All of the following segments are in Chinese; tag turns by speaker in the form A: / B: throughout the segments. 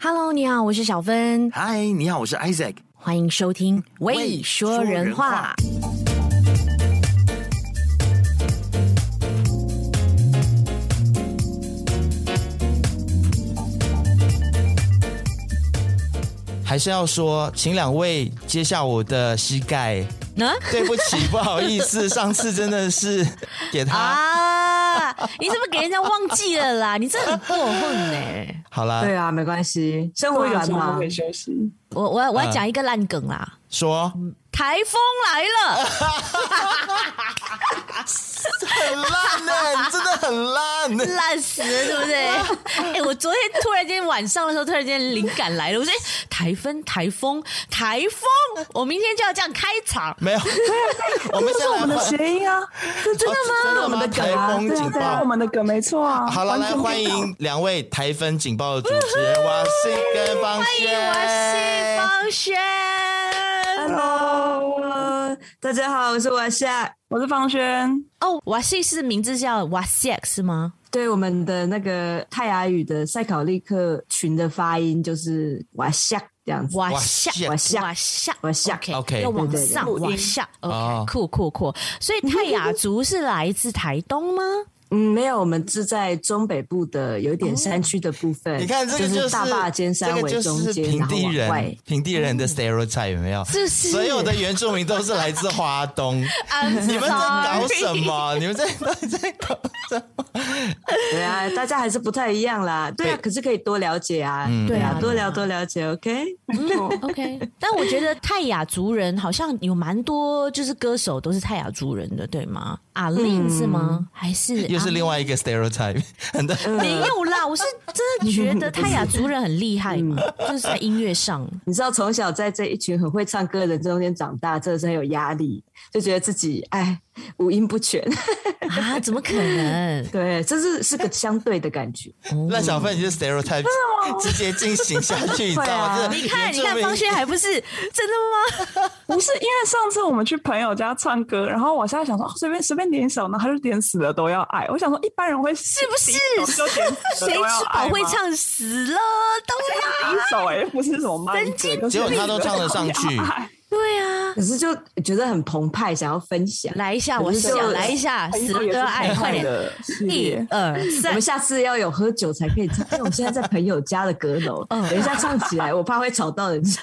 A: Hello，你好，我是小芬，
B: 嗨，你好，我是 Isaac。
A: 欢迎收听《
B: 喂
A: 喂说
B: 说
A: 人
B: 人
A: 话
B: 话》。还是要说，请两位接下我的膝盖。
A: 呢
B: 对不起，不好意思，上次真的是给 他、
A: 啊， 你怎么给人家忘记了啦？你这很过分呢、
B: 好啦。
C: 对啊，没关系，生活
D: 对啊
C: 远
D: 中午
C: 嘛
D: 会。休息。
A: 我我
B: 啊
A: 要我要讲一个烂梗啦，
B: 说
A: 台风来 了，
B: 很烂呢、你真的很烂。
A: 烂死了，对不对？ 哎、我昨天突然间晚上的时候，突然间灵感来了，我说哎台风台风台风，我明天就要这样开场。
B: 没有，我们
C: 这是我
B: 先来
C: 们的
B: 换。哦
C: 谐音啊，这 真
B: 真的吗
C: 我们的梗
B: 台
C: 啊，
B: 风
C: 对
B: 警
C: 啊，对
B: 报
C: 啊，我们的梗没错啊。
B: 好了，来欢迎两位台风警报的主持人瓦信跟方
A: 欢迎
B: 轩。
A: 我是方轩，
C: ，Hello，大家好，我是瓦夏，我是方轩。
A: 哦，瓦西是名字叫瓦西是吗？
C: 对我们的那个泰雅语的塞考利克群的发音就是瓦夏这样子。
A: 往
B: 往
A: 下，
B: 下
A: 往下，
C: 往
A: 下，
C: 往下
A: OK，,
B: OK
A: 要往
C: 对对对
A: 上，
D: 录音
A: 往下
B: 哦
A: ，OK，酷酷酷。所以泰雅族是来自台东吗？
C: 嗯，没有，我们是在中北部的有一点山区的部分。
B: 哦你看这个
C: 就是大坝尖山
B: 这个
C: 为
B: 就
C: 中
B: 是
C: 间，
B: 平
C: 然后
B: 地
C: 往外
B: 人，。平地人的 stereotype 有没有？
A: 是是
B: 所有的原住民都是来自花东。
A: I'm
B: 你们在搞
A: sorry
B: 什？么？你们在到底在搞什么？
C: 对啊，大家还是不太一样啦。对啊，
B: 对
C: 可是可以多了解啊。
B: 嗯
C: 对啊
A: 对啊，
C: 多聊多了解，OK。
A: 嗯 OK，但我觉得泰雅族人好像有蛮多，就是歌手都是泰雅族人的，对吗？阿令是吗？还是
B: 嗯又是
A: 阿
B: 另外一个 stereotype，很多
A: 没有啦，我是真的觉得泰雅族人很厉害嘛，
B: 嗯
A: 就是在音乐上。
C: 你知道从小在这一群很会唱歌的人中间长大，真的是很有压力，就觉得自己哎五音不全。
A: 啊，怎么可 能？
C: 对，这是是个相对的感觉。
B: 那小芬，你是 stereotype 直接进行下去，你知道吗？
C: 对
B: 这
C: 啊
A: 你看，
B: 原住
A: 你看
B: 民
A: 方轩还不是真的吗？
D: 不是因为上次我们去朋友家唱歌，然后我现在想说哦随便随便点一首，然后他就点死了都要爱。我想说一般人会是
A: 不是
D: 就点死
A: 谁
D: 了都要
A: 吃
D: 爱
A: 饱
D: 吗
A: 会？唱死了，当然
D: 第一首哎、不是什么慢歌，就是
B: 结果他都唱得上去
D: 要爱
A: 对啊。
C: 可是就觉得很澎湃，想要分享。
A: 来一下，我
C: 可是就
A: 想来一下，死了
D: 朋
A: 都
D: 友
A: 要
D: 哎也是
A: 啊爱，快
D: 快
A: 点！
D: 的系
A: 一
D: 列。
A: 二
C: 我
A: 三
C: 们，下次要有喝酒才可以唱，因为我们现在在朋友家的阁 楼，
A: 嗯
D: 哦
C: 等一下唱起来，我怕会吵到人家。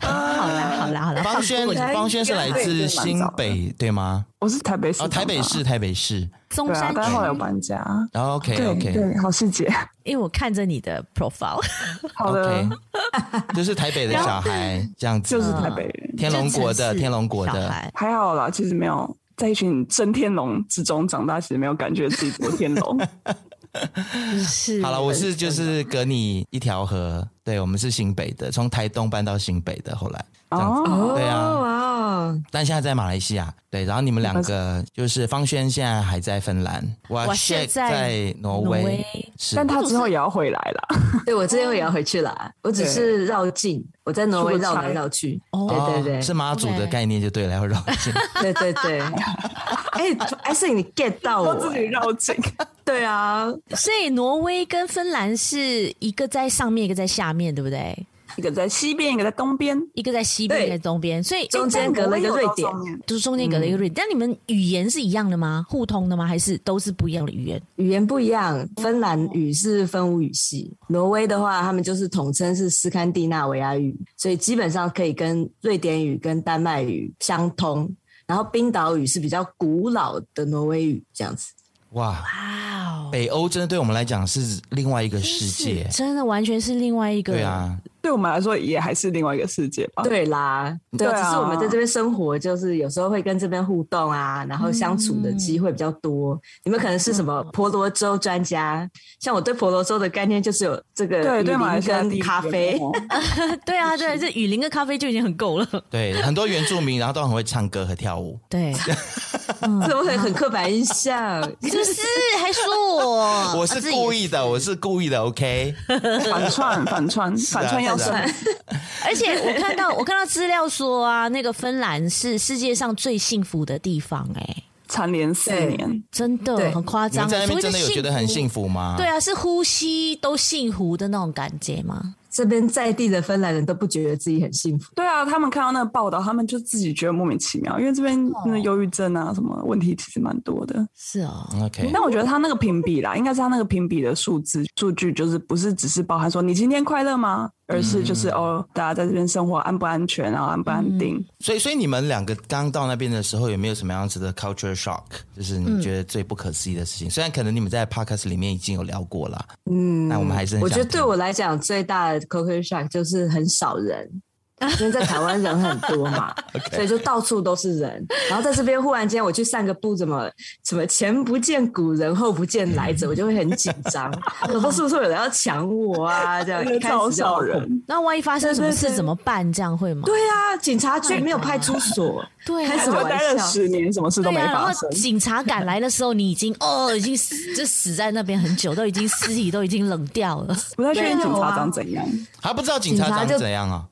A: 好啦好 啦好
C: 啊
A: 啦，
B: 方轩，
A: 放过哎你
B: 方轩是来自新北对吗？
D: 我是台北市
B: 哦，
D: 长嘛，
B: 台北市，台北市。
A: 中
D: 对啊
A: 山，
D: 但是后来有搬家。
B: 然后 OK
D: 对
B: OK
D: 对，好细节。
A: 因为我看着你的 profile，
D: 好的
B: OK，，就是 台北的小孩这样子
D: 就。是台北人，
B: 天龙国
A: 就
B: 的，
A: 是城市
B: 天龙国
A: 小
B: 的，
A: 孩
D: 还好啦，其实没有在一群真天龙之中长大，其实没有感觉自己多天 龙。
A: 是
B: 好了，我是就是隔你一条河，对我们是新北的，从台东搬到新北的，后来这样子，
D: 哦，
B: 对啊
C: 哦哇哦，
B: 但现在在马来西亚，对，然后你们两个就是方轩现在还在芬兰，我
A: 我现
B: 现
A: 在
B: 在挪
A: 挪
B: 威
A: 威，
B: 是
D: 但他之后也要回来啦。
C: 对我最后也要回去啦，我只是绕境，我在挪威绕来绕去。
A: 哦
C: 对对对，
B: 是妈祖的
A: OK
B: 概念就对了，要绕境。
C: 对对 对，哎、艾盛，你 get 到我、
D: 我自己
C: 哎
D: 绕境，
C: 对啊，
A: 所以挪威跟芬兰是一个在上面，一个在下面，对不对？
D: 一个在西边，一个在东边，
A: 一个在西边，
C: 对
A: 一个在东边，所以
C: 中间隔了一个瑞典
D: 哎。但我有到上面
A: 就是中间隔了一
B: 嗯
A: 个瑞典，但你们语言是一样的吗？互通的吗？还是都是不一样的语言？
C: 语言不一样，芬兰语是芬乌语系，挪威的话，他们就是统称是斯堪的纳维亚语，所以基本上可以跟瑞典语跟丹麦语相通。然后冰岛语是比较古老的挪威语，这样子。
B: 哇，
A: 哇哦，
B: 北欧真的对我们来讲是另外一个世界
A: 是，哦真的完全是另外一个
B: 对啊，
D: 对我们来说也还是另外一个世界吧。
C: 对啦，对，
D: 对啊
C: 只是我们在这边生活，就是有时候会跟这边互动啊，然后相处的机会比较多。你们可能是什么婆罗洲专家，像我对婆罗洲的概念就是有这个
D: 对
C: 雨
D: 对，马来
C: 林
D: 西亚
C: 跟咖啡。
A: 对啊，对，这雨林跟咖啡就已经很够了。
B: 对，很多原住民，然后都很会唱歌和跳舞。
A: 对，
C: 怎么会很刻板印象？
D: 嗯
A: 是不是还说我？啊
B: 我是故意的，我是故意的，OK？
D: 反串反串
B: 啊
D: 反串要
B: 是
D: 什
B: 啊
A: 而且我看到我看到资料说啊，那个芬兰是世界上最幸福的地方、哎，
D: 蝉联四
C: 对
D: 年。
A: 真的
C: 对
A: 很夸
B: 你
A: 张。
B: 们在那边真的有觉得很幸
A: 福？
B: 福吗？
A: 对啊，是呼吸都幸福的那种感觉吗？
C: 这边在地的芬兰人都不觉得自己很幸福，
D: 对啊，他们看到那个报道，他们就自己觉得莫名其妙，因为这边
C: 哦
D: 那忧郁症啊什么问题其实蛮多的。
A: 是哦，
B: 嗯，OK，
D: 但我觉得他那个评比啦，应该是他那个评比的数字数据，就是不是只是包含说你今天快乐吗，而是就是、
C: 嗯
D: 哦，大家在这边生活安不安全啊，安不安定？
B: 所以所以你们两个刚到那边的时候，有没有什么样子的 culture shock？就是你觉得最不可思议的事情？虽然可能你们在 podcast 里面已经有聊过了，嗯，但我们还是很
C: 我觉得
B: 想
C: 对我来讲最大的 culture shock 就是很少人， 因为在台湾人很多 嘛，所以就到处都是人。然后在这边忽然间我去散个步，怎么怎么前不见古人后不见来
B: 嗯
C: 者，我就会很紧 张，我说是不是有人要抢我 啊？这样一开始
D: 超
C: 就
D: 少人，
A: 那万一发生什么
C: 对
A: 事
C: 对对
A: 怎么办？这样会吗？
C: 对啊，警察局没有派出所，
A: 对啊
C: 开
D: 他
C: 什
D: 就
C: 么
D: 待了
C: 玩笑？
D: 十年，什么事都
A: 对
D: 没
A: 啊，然
D: 发
A: 后
D: 生。
A: 警察赶来的时候，你已经哦，已经死就死在那边很久，都已经尸体都已经冷掉了。
D: 不太确定
C: 没有
D: 警察
C: 啊
D: 长怎样，
B: 还不知道警察
C: 警察
B: 长
C: 就
B: 怎样啊？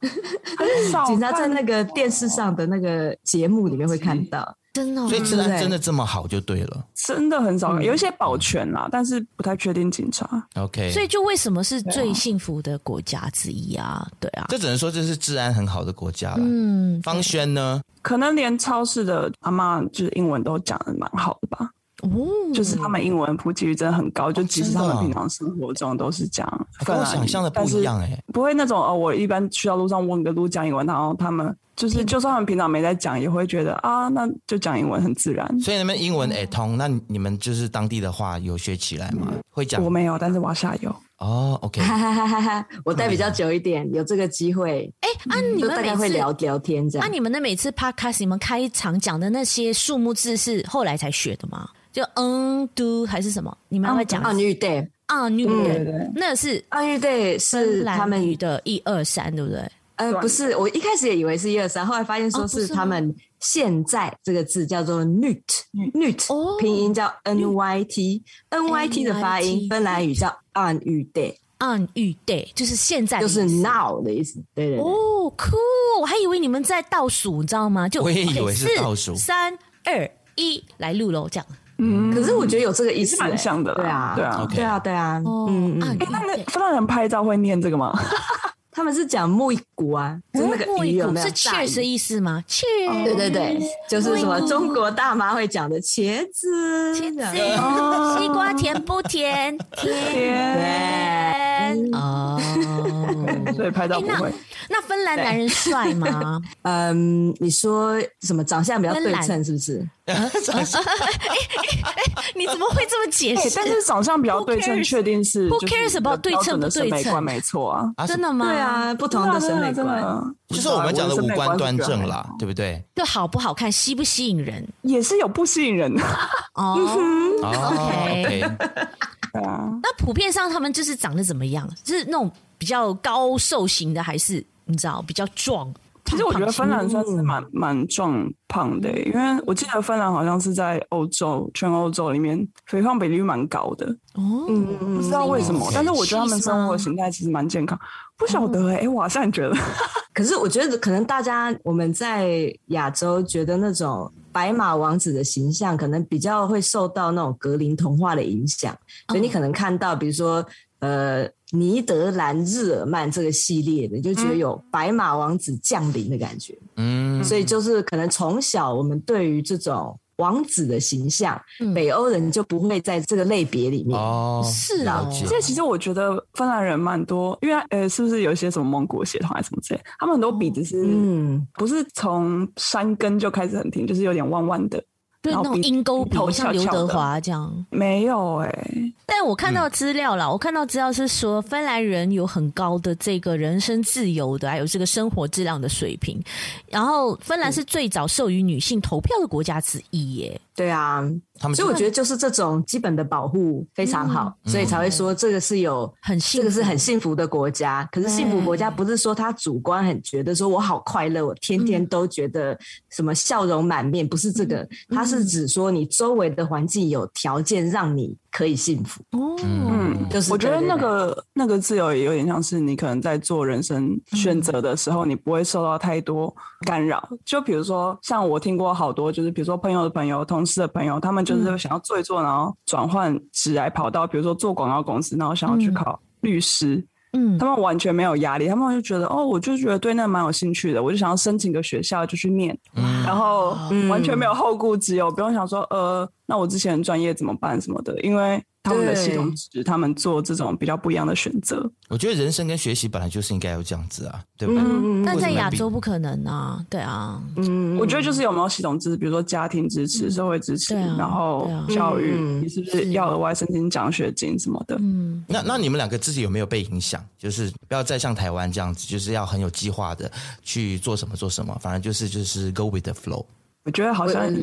D: 很少
C: 警察在
D: 看哦
C: 那个电视上的那个节目里面会看到，
A: 真的哦、
B: 所以治安
C: 对
B: 真的这么好就对了。
D: 真的很少看，有一些保全啦，但是不太确定警察。
B: OK，
A: 所以就为什么是最幸福的国家之一啊？对啊，
B: 这只能说这是治安很好的国家了。
A: 嗯，
B: 方轩呢？
D: 可能连超市的阿妈就是英文都讲的蛮好的吧，
A: 哦，
D: 就是他们英文普及率真的很高，就即使他
B: 真
D: 们
B: 的啊
D: 平常生活中都是讲
B: 跟
D: 芬
B: 我
D: 兰语
B: 想象的不一，样哎、
D: 啊但是不会那种哦，我一般去到路上问个路讲英文，然后他们就是就算他们平常没在讲，也会觉得啊，那就讲英文很自然。
B: 所以你们英文也通，那你们就是当地的话有学起来吗？会讲
D: 我没有，但是我要下游。
B: 哦，OK，
C: 哈哈哈哈哈！我待比较久一点，有这个机会，
A: 哎、啊，你
C: 就
A: 们
C: 大概
A: 每
C: 会
A: 次
C: 聊聊天这
A: 啊，
C: 样。
A: 你们的每次 podcast 你们开场讲的那些数目字是后来才学的吗？就嗯 do 还是什么？你
C: 嗯
A: 们要不要讲
C: 奥运 day，
A: 啊 new
D: 对
A: 的？
D: 对，
A: 那是
C: 奥运 day
A: 芬
C: 嗯是
A: 兰
C: 他
A: 语
C: 们
A: 的一二三，对不对？
C: 呃
D: 对
C: 不是，我一开始也以为是一二三，后来发现
A: 哦
C: 说
A: 不是
C: 是
A: 吗
C: 他们现在这个字叫做 nyt
D: 嗯
C: nyt，、
A: 哦
C: 拼音叫 n y t n y t 的发音，
A: NYT
C: 芬兰语叫奥运 day，
A: 嗯 u day 就是现在的意
C: 就
A: 思，
C: 是 now 的意思。对对对。
A: 哦，酷！我还以为你们在倒数，你知道吗？就
B: 我也以为
A: OK，
B: 是
A: 四
B: 倒数
A: 三二一，来录喽，这样。
D: 嗯，
C: 可是我觉得有这个意思、
D: 是蛮
C: 欸
D: 像的啦
C: 对啊，
D: 对啊
B: OK
C: 对啊，对啊，
A: 哦，
C: 嗯嗯
A: 按
C: 嗯，
D: 哎，那那
A: 对
D: 芬兰人拍照会念这个吗？
C: 他们是讲木一股啊，
A: 哦
C: 就是那个鱼有没有
A: 是
C: 大鱼
A: cheers 的意思吗？cheers，
D: 哦
C: 对对对， 就是什么
A: 木一股
C: 中国大妈会讲的茄子，
A: 茄子
C: 对，
D: 哦
A: 西瓜甜不甜？甜。哦，
D: 所以拍照
A: 哎
D: 不
A: 那
D: 会。
A: 那芬兰男人帅吗？
C: 嗯，你说什么长相比较对称是不是？
A: 你怎么会这么解
D: 哎、
A: 释
D: 但？是长相比较
A: Who
D: 对称，
A: cares？
D: 确定是
A: Who
D: 就是
A: cares about 对
D: 标
A: 称
D: 准
A: 不
D: 的审
A: 对
D: 美
A: 称
D: 观没错啊，
B: 啊
A: 真的吗？
C: 对，啊，不同的审美
D: 真的啊
C: 观，
D: 真的
B: 就是我们讲的
D: 我
B: 无
D: 审美
B: 关
D: 观
B: 端
D: 是觉得
B: 正
D: 还
B: 啦
D: 好，
B: 对不对？
A: 就好不好看，吸不吸引人？
D: 也是有不吸 引人的。
A: 哦，
D: 嗯
B: 哦
A: OK
B: ，OK，
D: 对啊，
A: 那普遍上他们就是长得怎么样？是那种比较高瘦型的，还是你知道比较壮？
D: 其实我觉得芬兰算是
C: 嗯
D: 蛮蛮壮胖的、
A: 嗯
D: 因为我记得芬兰好像是在欧洲全欧洲里面肥胖比率蛮高的，
A: 哦，
C: 嗯嗯，
D: 不知道为什么，
B: 嗯
D: 但是我觉得他们生活
A: cheese
D: 形态其实蛮健康。不晓得
A: 嗯
D: 哎、我好像觉得
C: 可是我觉得，可能大家我们在亚洲觉得那种白马王子的形象，可能比较会受到那种格林童话的影响，所以你可能看到，比如说呃尼德兰日耳曼这个系列的，你就觉得有白马王子降临的感觉。
B: 嗯，
C: 所以就是可能从小我们对于这种王子的形象，
A: 嗯
C: 北欧人就不会在这个类别里面。
B: 哦，
A: 是
B: 了
A: 哦
B: 解
D: 这其实我觉得芬兰人蛮多，因为呃，是不是有一些什么蒙古血统还是什么之类，他们很多鼻子是、
C: 嗯，
D: 不是从山根就开始很挺，就是有点弯弯的。
A: 对，
D: 然后
A: 那种
D: 鼻
A: 鹰钩鼻，
D: 头
A: 像
D: 翘
A: 刘
D: 翘
A: 德
D: 的
A: 华这样。
D: 没有哎、
A: 但我看到
B: 嗯
A: 资料啦，我看到资料是说，芬兰人有很高的这个人身自由的，还有这个生活质量的水平。然后，芬兰是最早授予女性投票的国家之一耶。
C: 对啊，
B: 他们
C: 所以我觉得就是这种基本的保护非常好，
D: 嗯
C: 所以才会说这个是有
A: 很幸
C: 这
A: 福
C: 个是很幸福的国家。可是幸福国家不是说他主观很觉得说我好快乐，我天
D: 嗯
C: 天都觉得什
D: 嗯
C: 么笑容满面，不是这个，它是指说你周围的环境有条件让你可以幸福。
A: 哦，
B: 嗯
C: 就是
D: 我觉得
C: 对对
D: 那
C: 对嗯
D: 个那个自由也有点像是你可能在做人生选择的时候，你不会受到太多干扰。就比如说，像我听过好多，就是比如说朋友的朋友、同事的朋友，他
C: 嗯
D: 们就是想要做一做，然后转换职来跑道，比如说做广告公司，然后想要去
A: 嗯
D: 考律师，
A: 嗯
D: 他们完全没有压力，他们就觉得哦，我就觉得对那蛮有兴趣的，我就想要申请个学校就去念，
B: 啊
D: 然后
C: 嗯
D: 完全没有后顾之忧，不用想说呃，那我之前的专业怎么办什么的，因为他们的系统
C: 对
D: 指他们做这种比较不一样的选择。
B: 我觉得人生跟学习本来就是应该要这样子啊，对不对？
C: 嗯嗯嗯
A: 但在
B: 为什么
A: 亚
B: 比
A: 洲不可能啊，对啊，
C: 嗯，
D: 我觉得就是有没有系统支持，比如说家庭支持、社会支持，
A: 对啊
D: 然后
A: 对啊
D: 教育，
C: 嗯
D: 你是不是要额外申请奖学金什么的？
A: 嗯
B: 那那你们两个自己有没有被影响？就是不要再像台湾这样子，就是要很有计划的去做什么做什么，反正就是就是 go with the flow。
D: 我觉得好像
C: 我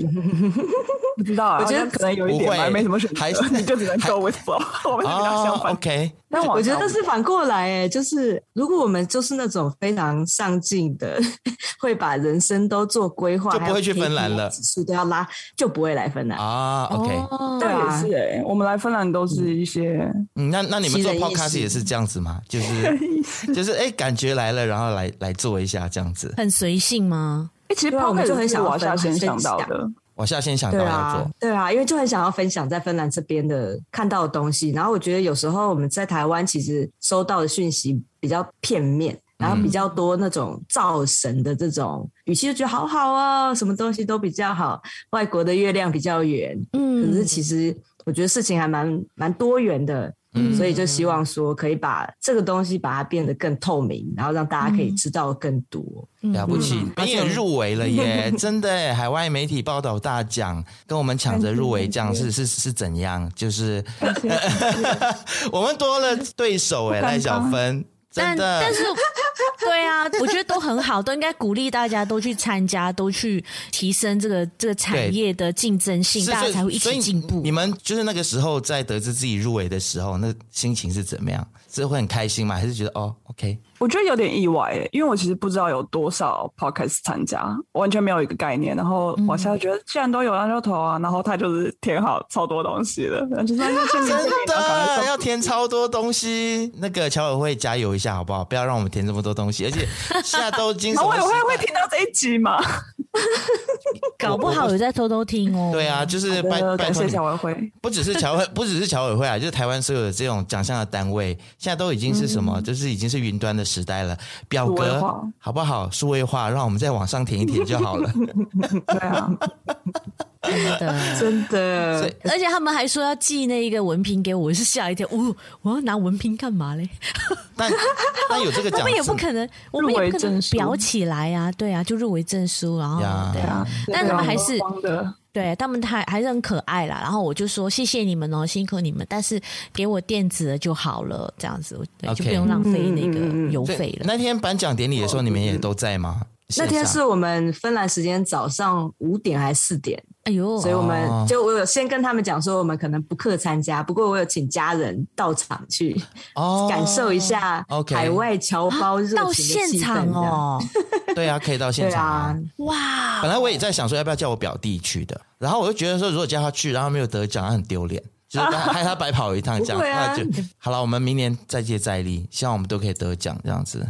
D: 不知道啊，
C: 我觉得
D: 好像可能有一
B: 不
D: 点
B: 会
D: 吧，没什么选择
B: 还，哦
D: 你就只能 go with flow。我们是比较相
B: 啊
D: 反。
B: ，OK，
D: 但
C: 我
D: 我
C: 觉得是反过来、欸，就是如果我们就是那种非常上进的， 会把人生都做规划，
B: 就不会
C: 还有
B: 去芬兰
C: KPI
B: 了
C: 指数都要拉，就不会来芬兰。
B: 啊，OK，、
A: 哦
C: 对啊
D: 也是哎、我们来芬兰都是一些，
B: 嗯，那那你们做
C: 奇人异事
B: podcast 也是这样子吗？就是 就是哎、感觉来了，然后来来做一下这样子。
A: 很随性吗？
D: 哎、其实
C: 对啊我们
D: podcast
C: 就很
D: 是
C: 想要
D: 我下
C: 分
D: 先
C: 分
D: 想到
C: 享
D: 的，
B: 我下先想到
C: 对
B: 要
C: 啊
B: 做，，
C: 对啊，因为就很想要分享在芬兰这边的看到的东西。然后我觉得有时候我们在台湾其实收到的讯息比较片面，
B: 嗯
C: 然后比较多那种造神的这种语气，就觉得好好哦，什么东西都比较好，外国的月亮比较圆。可是
A: 嗯，
C: 其实我觉得事情还蛮蛮多元的。
B: 嗯
C: 所以就希望说，可以把这个东西把它变得更透明，然后让大家可以
A: 嗯
C: 知道更多。
B: 了不起，
C: 嗯
B: 你也入围了 耶！真的耶，海外媒体报道大奖，跟我们抢着入围，这样是是是怎样？就是 我们多了对手哎，
D: 不敢当
B: 赖小芬，真
A: 但
B: 的
A: 但是。对啊，我觉得都很好，都应该鼓励大家都去参加，都去提升这个这个
B: 对
A: 产业的竞争性，大
B: 所
A: 家
B: 以
A: 才会一起进
B: 所以
A: 步
B: 你。们就是那个时候在得知自己入围的时候，那心情是怎么样？是会很开心吗？还是觉得哦，OK，
D: 我觉得有点意外、欸，因为我其实不知道有多少 podcast 参加，完全没有一个概念。然后往下觉得既然都有，那就投啊。然后他就是填好超多东西的，然后就说那签
B: 真
D: 名信然后赶快
B: 的
D: 送
B: 要填超多东西。那个侨委会加油一下好不好？不要让我们填这么多东西，而且现在都已经什
D: 然后
B: 么
D: 我 也
B: 时
D: 会
B: 代
D: 会听到这一集嘛？
A: 搞不好有在偷偷听哦。
B: 对啊，就是拜
D: 呃
B: 拜
D: 感
B: 托
D: 谢
B: 你
D: 小委会，
B: 不只是侨委，不只是侨委会啊，就是台湾所有的这种奖项的单位，现在都已经是什么？就是已经是云端的时代了，表
D: 数位
B: 格
D: 化
B: 好不好？数位化，让我们在网上填一填就好了。
D: 对啊，
A: 真的。
C: 真的，
B: 所以
A: 而且他们还说要寄那一个文凭给我，我是吓一跳。哦，我要拿文凭干嘛 嘞？
B: 但但有这个
A: 我
B: 奖
A: 们也不
B: 项，
A: 可能，我们也不可
D: 入围
A: 能
D: 证书
A: 裱起来啊，对啊，就入围证书，然后
B: 呀
A: 对
D: 对
A: 啊
D: 啊，，
A: 但他们还是
D: 光的，
A: 对他们还还是很可爱啦。然后我就说谢谢你们哦，辛苦你们，但是给我电子的就好了，这样子我对
B: OK
A: 就不用浪费那
C: 嗯嗯嗯
A: 个
C: 嗯
A: 邮
B: 所以
A: 费了。
B: 那天颁奖典礼的时候，你们也都在吗？
C: 那天
B: 线
C: 是
B: 上
C: 我们芬兰时间早上五点还是四点，
A: 哎呦，
C: 所以我
B: 哦
C: 们就我有先跟他们讲说我们可能不客参加，不过我有请家人到场去
B: 哦，
C: 感受一下
B: OK
C: 海外侨胞热情
A: 啊到
C: 的
A: 现
C: 气
A: 场，
C: 氛
A: 哦，
B: 对啊，可以到
C: 这
B: 现
C: 样对
B: 场啊
C: 啊。，
A: 哇！
B: 本来我也在想说要不要叫我表弟去的，然后我就觉得说如果叫他去，然后没有得奖，他很丢脸，就是他害他白跑一趟这样。
C: 不会啊
B: 那就好了，我们明年再接再厉，希望我们都可以得奖这样子。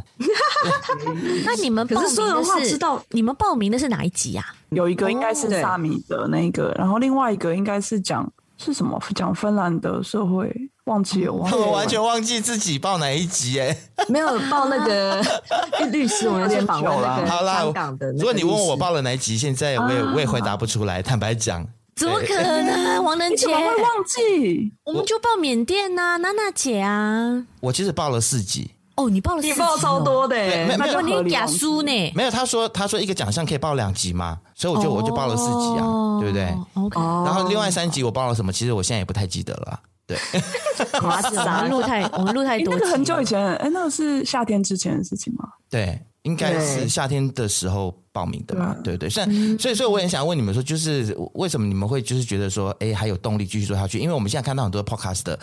A: 那你们报
C: 可是说
A: 名
C: 的
A: 的
C: 话
A: 是
C: 知道
A: 你们报名的是哪一集啊呀？
D: 有一个应该是
C: 哦对
D: 萨米的那个，然后另外一个应该是讲是什么？讲芬兰的社会，忘记了，忘
B: 他
D: 记了
B: 们嗯完全忘记自己报哪一集哎、
C: 没有报那个 律师，我们先访问那个啊
B: 好啦
C: 香港的。，
B: 如果你问我，报了哪一集，现在我也、我也回答不出来，坦白讲。
A: 怎么可 能？王能
D: 你
A: 姐
D: 怎，么会忘记？
A: 我们就报缅甸呐、娜娜姐啊。
B: 我其实报了四集，
A: 哦，你报了、
C: 你报超，多的
B: 对没
C: 欸，
B: 有
D: 那
A: 哇，
D: 就
A: 你
D: 合
A: 有
D: 理
A: 雅
D: 忘记
A: 苏呢？
B: 没有他说他说一个奖项可以报两集嘛，所以我就、我就报了四集啊，对不对？
A: ？OK，
C: 哦
B: 然后另外三集我报了什么，其实我现在也不太记得了啊。对，
C: 夸
A: 我们
C: 张，
A: 录太我们录太
D: 哎，
A: 多
D: 那
A: 集
D: 个
A: 了，
D: 很久以前，哎，那个是夏天之前的事情吗？
B: 对，应该是
C: 对
B: 夏天的时候报名的嘛，对对。像所以，所以我也想问你们说，就是呃为什么你们会就是觉得说，哎，还有动力继续做下去？因为我们现在看到很多 podcast 的，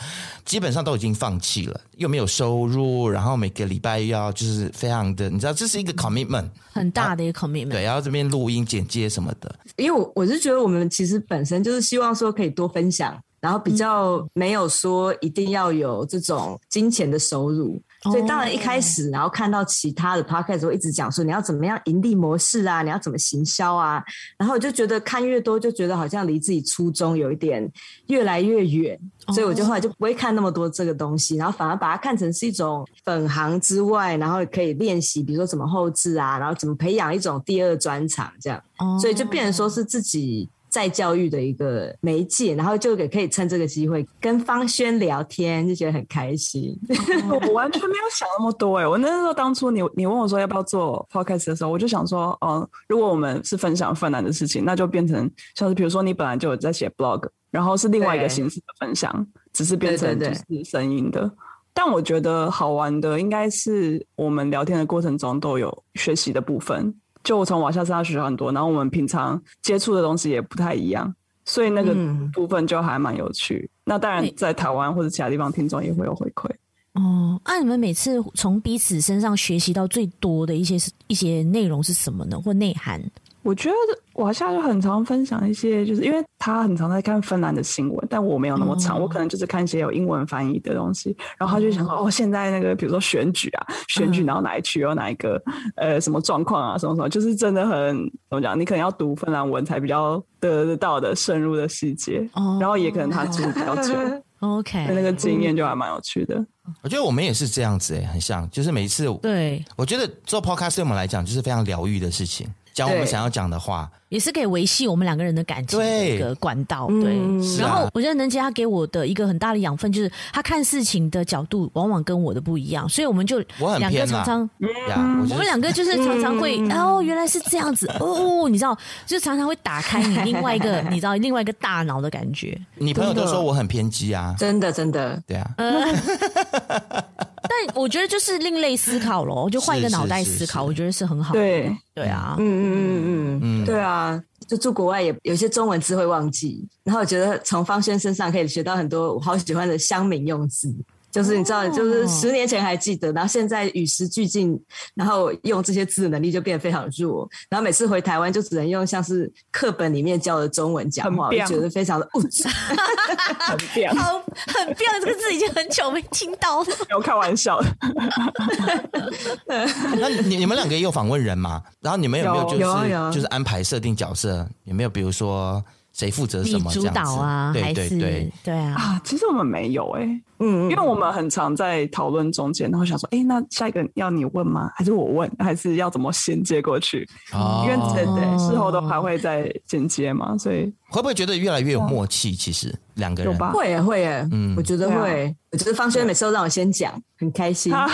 B: 基本上都已经放弃了，又没有收入，然后每个礼拜又要就是非常的，你知道，这是一个 commitment，
A: 很大的一个 commitment。
B: 对，然后这边录音、剪接什么的，
C: 因为我我是觉得我们其实本身就是希望说可以多分享。然后比较没有说一定要有这种金钱的收入。所以当然一开始，然后看到其他的 podcast 时候，一直讲说你要怎么样盈利模式啊，你要怎么行销啊，然后我就觉得看越多，就觉得好像离自己初衷有一点越来越远，所以我就后来就不会看那么多这个东西，然后反而把它看成是一种本行之外，然后可以练习，比如说怎么后置啊，然后怎么培养一种第二专长这样，
A: 哦
C: 所以就变成说是自己。再教育的一个媒介，然后就也可以趁这个机会跟方轩聊天，就觉得很开心。
D: 我完全没有想那么多哎、欸，我那时候当初你你问我说要不要做 podcast 的时候，我就想说，哦，如果我们是分享芬兰的事情，那就变成像是比如说你本来就有在写 blog，然后是另外一个形式的分享，只是变成就是声音的。對對對但我觉得好玩的应该是我们聊天的过程中都有学习的部分。就我从瓦夏身上学到很多，然后我们平常接触的东西也不太一样，所以那个部分就还蛮有趣。嗯、那当然，在台湾或者其他地方，听众也会有回馈。
A: 哦，那、啊、你们每次从彼此身上学习到最多的一些一些内容是什么呢？或内涵？
D: 我觉得我现在就很常分享一些，就是因为他很常在看芬兰的新闻，但我没有那么长，嗯、我可能就是看一些有英文翻译的东西。然后他就想说，嗯、哦，现在那个比如说选举啊，选举然后哪一区有哪一个、嗯、呃什么状况啊，什么什么，就是真的很怎么讲，你可能要读芬兰文才比较得得到的深入的细节。哦、然后也可能他住比较久
A: ，OK，
D: 那个经验就还蛮有趣的。
B: 我觉得我们也是这样子诶、欸，很像，就是每一次
A: 对，
B: 我觉得做 podcast 对我们来讲就是非常疗愈的事情。讲我们想要讲的话，
A: 也是可以维系我们两个人的感情的一个管道。对，嗯、然后我觉得能杰他给我的一个很大的养分就是他看事情的角度往往跟我的不一样，所以我们就两个常常，
B: 我,嗯、
A: 我们两个就是常常会，嗯、哦，原来是这样子，哦，你知道，就常常会打开你另外一个，你知道另外一个大脑的感觉。
B: 你朋友都说我很偏激啊，
C: 真的真的，
B: 对啊。
A: 呃但我觉得就是另类思考咯，就换一个脑袋思考，我觉得是很好。
D: 对
A: 对啊，
C: 嗯嗯嗯嗯，对啊，就住国外也有些中文字会忘记，然后我觉得从方轩身上可以学到很多我好喜欢的乡民用字，就是你知道，就是十年前还记得，然后现在与时俱进，然后用这些字能力就变得非常弱，然后每次回台湾就只能用像是课本里面教的中文讲话，我觉得非常 的物质。
D: 很变，
A: 好，很变这个字已经很久没听到了。
D: 没有开玩笑的。
B: 那你你们两个也有访问人吗？然后你们有没有就是、啊啊、就是安排设定角色？有没有比如说谁负责什么
A: 主导啊？
B: 对对对
A: 对啊！
D: 啊，其实我们没有哎、欸，嗯，因为我们很常在讨论中间，然后想说，哎、欸，那下一个要你问吗？还是我问？还是要怎么衔接过去？哦、因为对对，事后都还会再剪接嘛，所以
B: 会不会觉得越来越有默契？其实。两
D: 啊
B: 个人
C: 会耶会耶，嗯，我觉得会，我觉得方轩每次都让我先讲，很开心。
D: 啊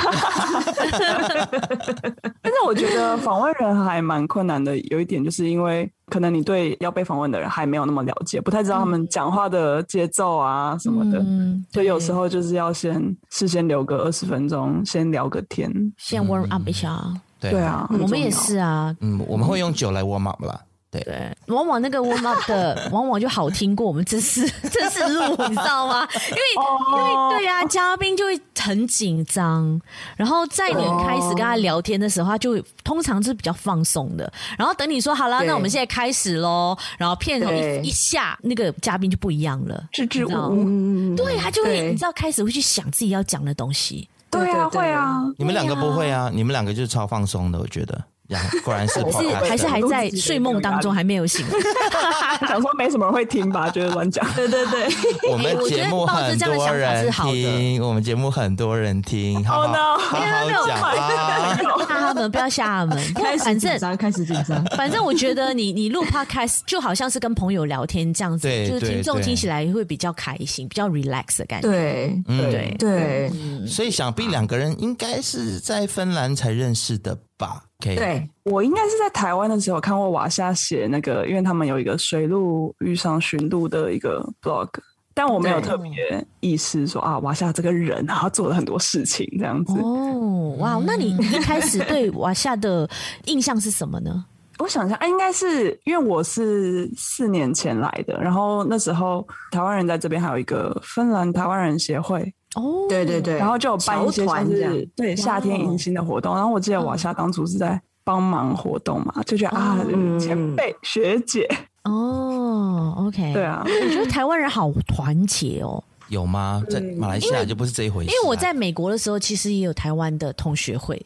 D: 但是我觉得访问人还蛮困难的，有一点就是因为可能你对要被访问的人还没有那么了解，不太知道他
A: 嗯
D: 们讲话的节奏啊什么的，嗯、所以有时候就是要先事先留个二十分钟，先聊个天，
A: 先 warm up 一下。
B: 对
D: 啊，
A: 我们也是啊，
B: 嗯，我们会用酒来 warm up 啦。对
A: 对，往往那个 warm up 的， 往往就好听过我们这次 这次录，你知道吗？因为、oh.
D: 哦
A: 因为对啊，嘉宾就会很紧张，然后在你开始跟他聊天的时候，他就通常是比较放松的。然后等你说好了，那我们现在开始喽，然后片头一一下，那个嘉宾就不一样了，
D: 支支嗯
A: 吾吾，对他就会你知道开始会去想自己要讲的东西。
D: 对啊，会啊，
B: 你们两个不会啊，你们两个就是超放松的，我觉得。果然是，
A: 是还是还在睡梦当中，还没有醒。
D: 想说没什么人会听吧，觉得乱讲。
C: 对对 对，
B: 我
A: 哎
B: 们节目很多人听，我们节目很多人听，好
D: 好
B: 好讲啊！
A: 吓他们，不要吓他 们。
C: 开始紧张，开始紧张。
B: 嗯
A: 反正我觉得你你录 podcast 就好像是跟朋友聊天这样子，就是听众听起来会比较开心，比较 relax 的感觉。
C: 对
B: 嗯
A: 对
C: 对，
B: 所以想必两个人应该是在芬兰才认识的吧。
C: 对
D: 我应该是在台湾的时候看过瓦夏写那个，因为他们有一个水路遇上寻路的一个 blog，但我没有特别意识说啊，瓦夏这个人啊，他做了很多事情这样子。
A: 哦，哇，那你一开始对瓦夏的印象是什么呢？
D: 我想一下，啊，应该是因为我是四年前来的，然后那时候台湾人在这边还有一个芬兰台湾人协会。
A: 哦，
C: 对对对，
D: 然后就有办一些像是对夏天迎新的活动，然后我记得瓦夏当初是嗯在帮忙活动嘛，就觉得啊，前辈学姐
A: 哦，哦，OK，
B: 哎
D: 对，啊，
A: 我觉得台湾人好团结哦。
B: 有吗？在马来西亚就不是这
C: 啊
B: 一回事、啊
A: 因为我在，美国的时候，其实也有台湾的同学会，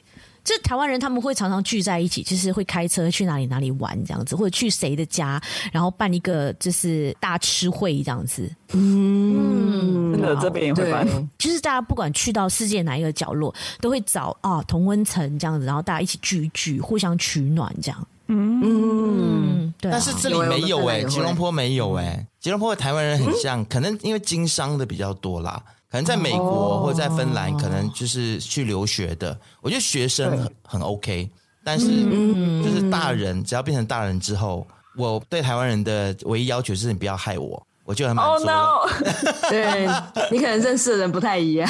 A: 就是台湾人他们会常常聚在一起，就是会开车去哪里哪里玩这样子，或者去谁的家，然后办一个就是大吃会这样子。
C: 嗯，
D: 真的这边也会办。
C: 对
A: 就是大家不管去到世界哪一个角落，都会找啊同温层这样子，然后大家一起聚一聚，互相取暖这样。
C: 嗯，
A: 嗯，对啊、
B: 但是这里
C: 有欸
B: 没
C: 我
B: 有
C: 们
B: 哎、
C: 在哪里
B: 吉隆坡没有哎、吉隆坡的台湾人很像，可能因为经商的比较多啦，可能在美国
D: 哦
B: 或者在芬兰，可能就是去留学的，我觉得学生很很 OK，但是就是大人，只要变成大人之后，我对台湾人的唯一要求是你不要害我，我就很满
D: 哦
B: 足了。
D: no！
C: 对你可能认识的人不太 一样，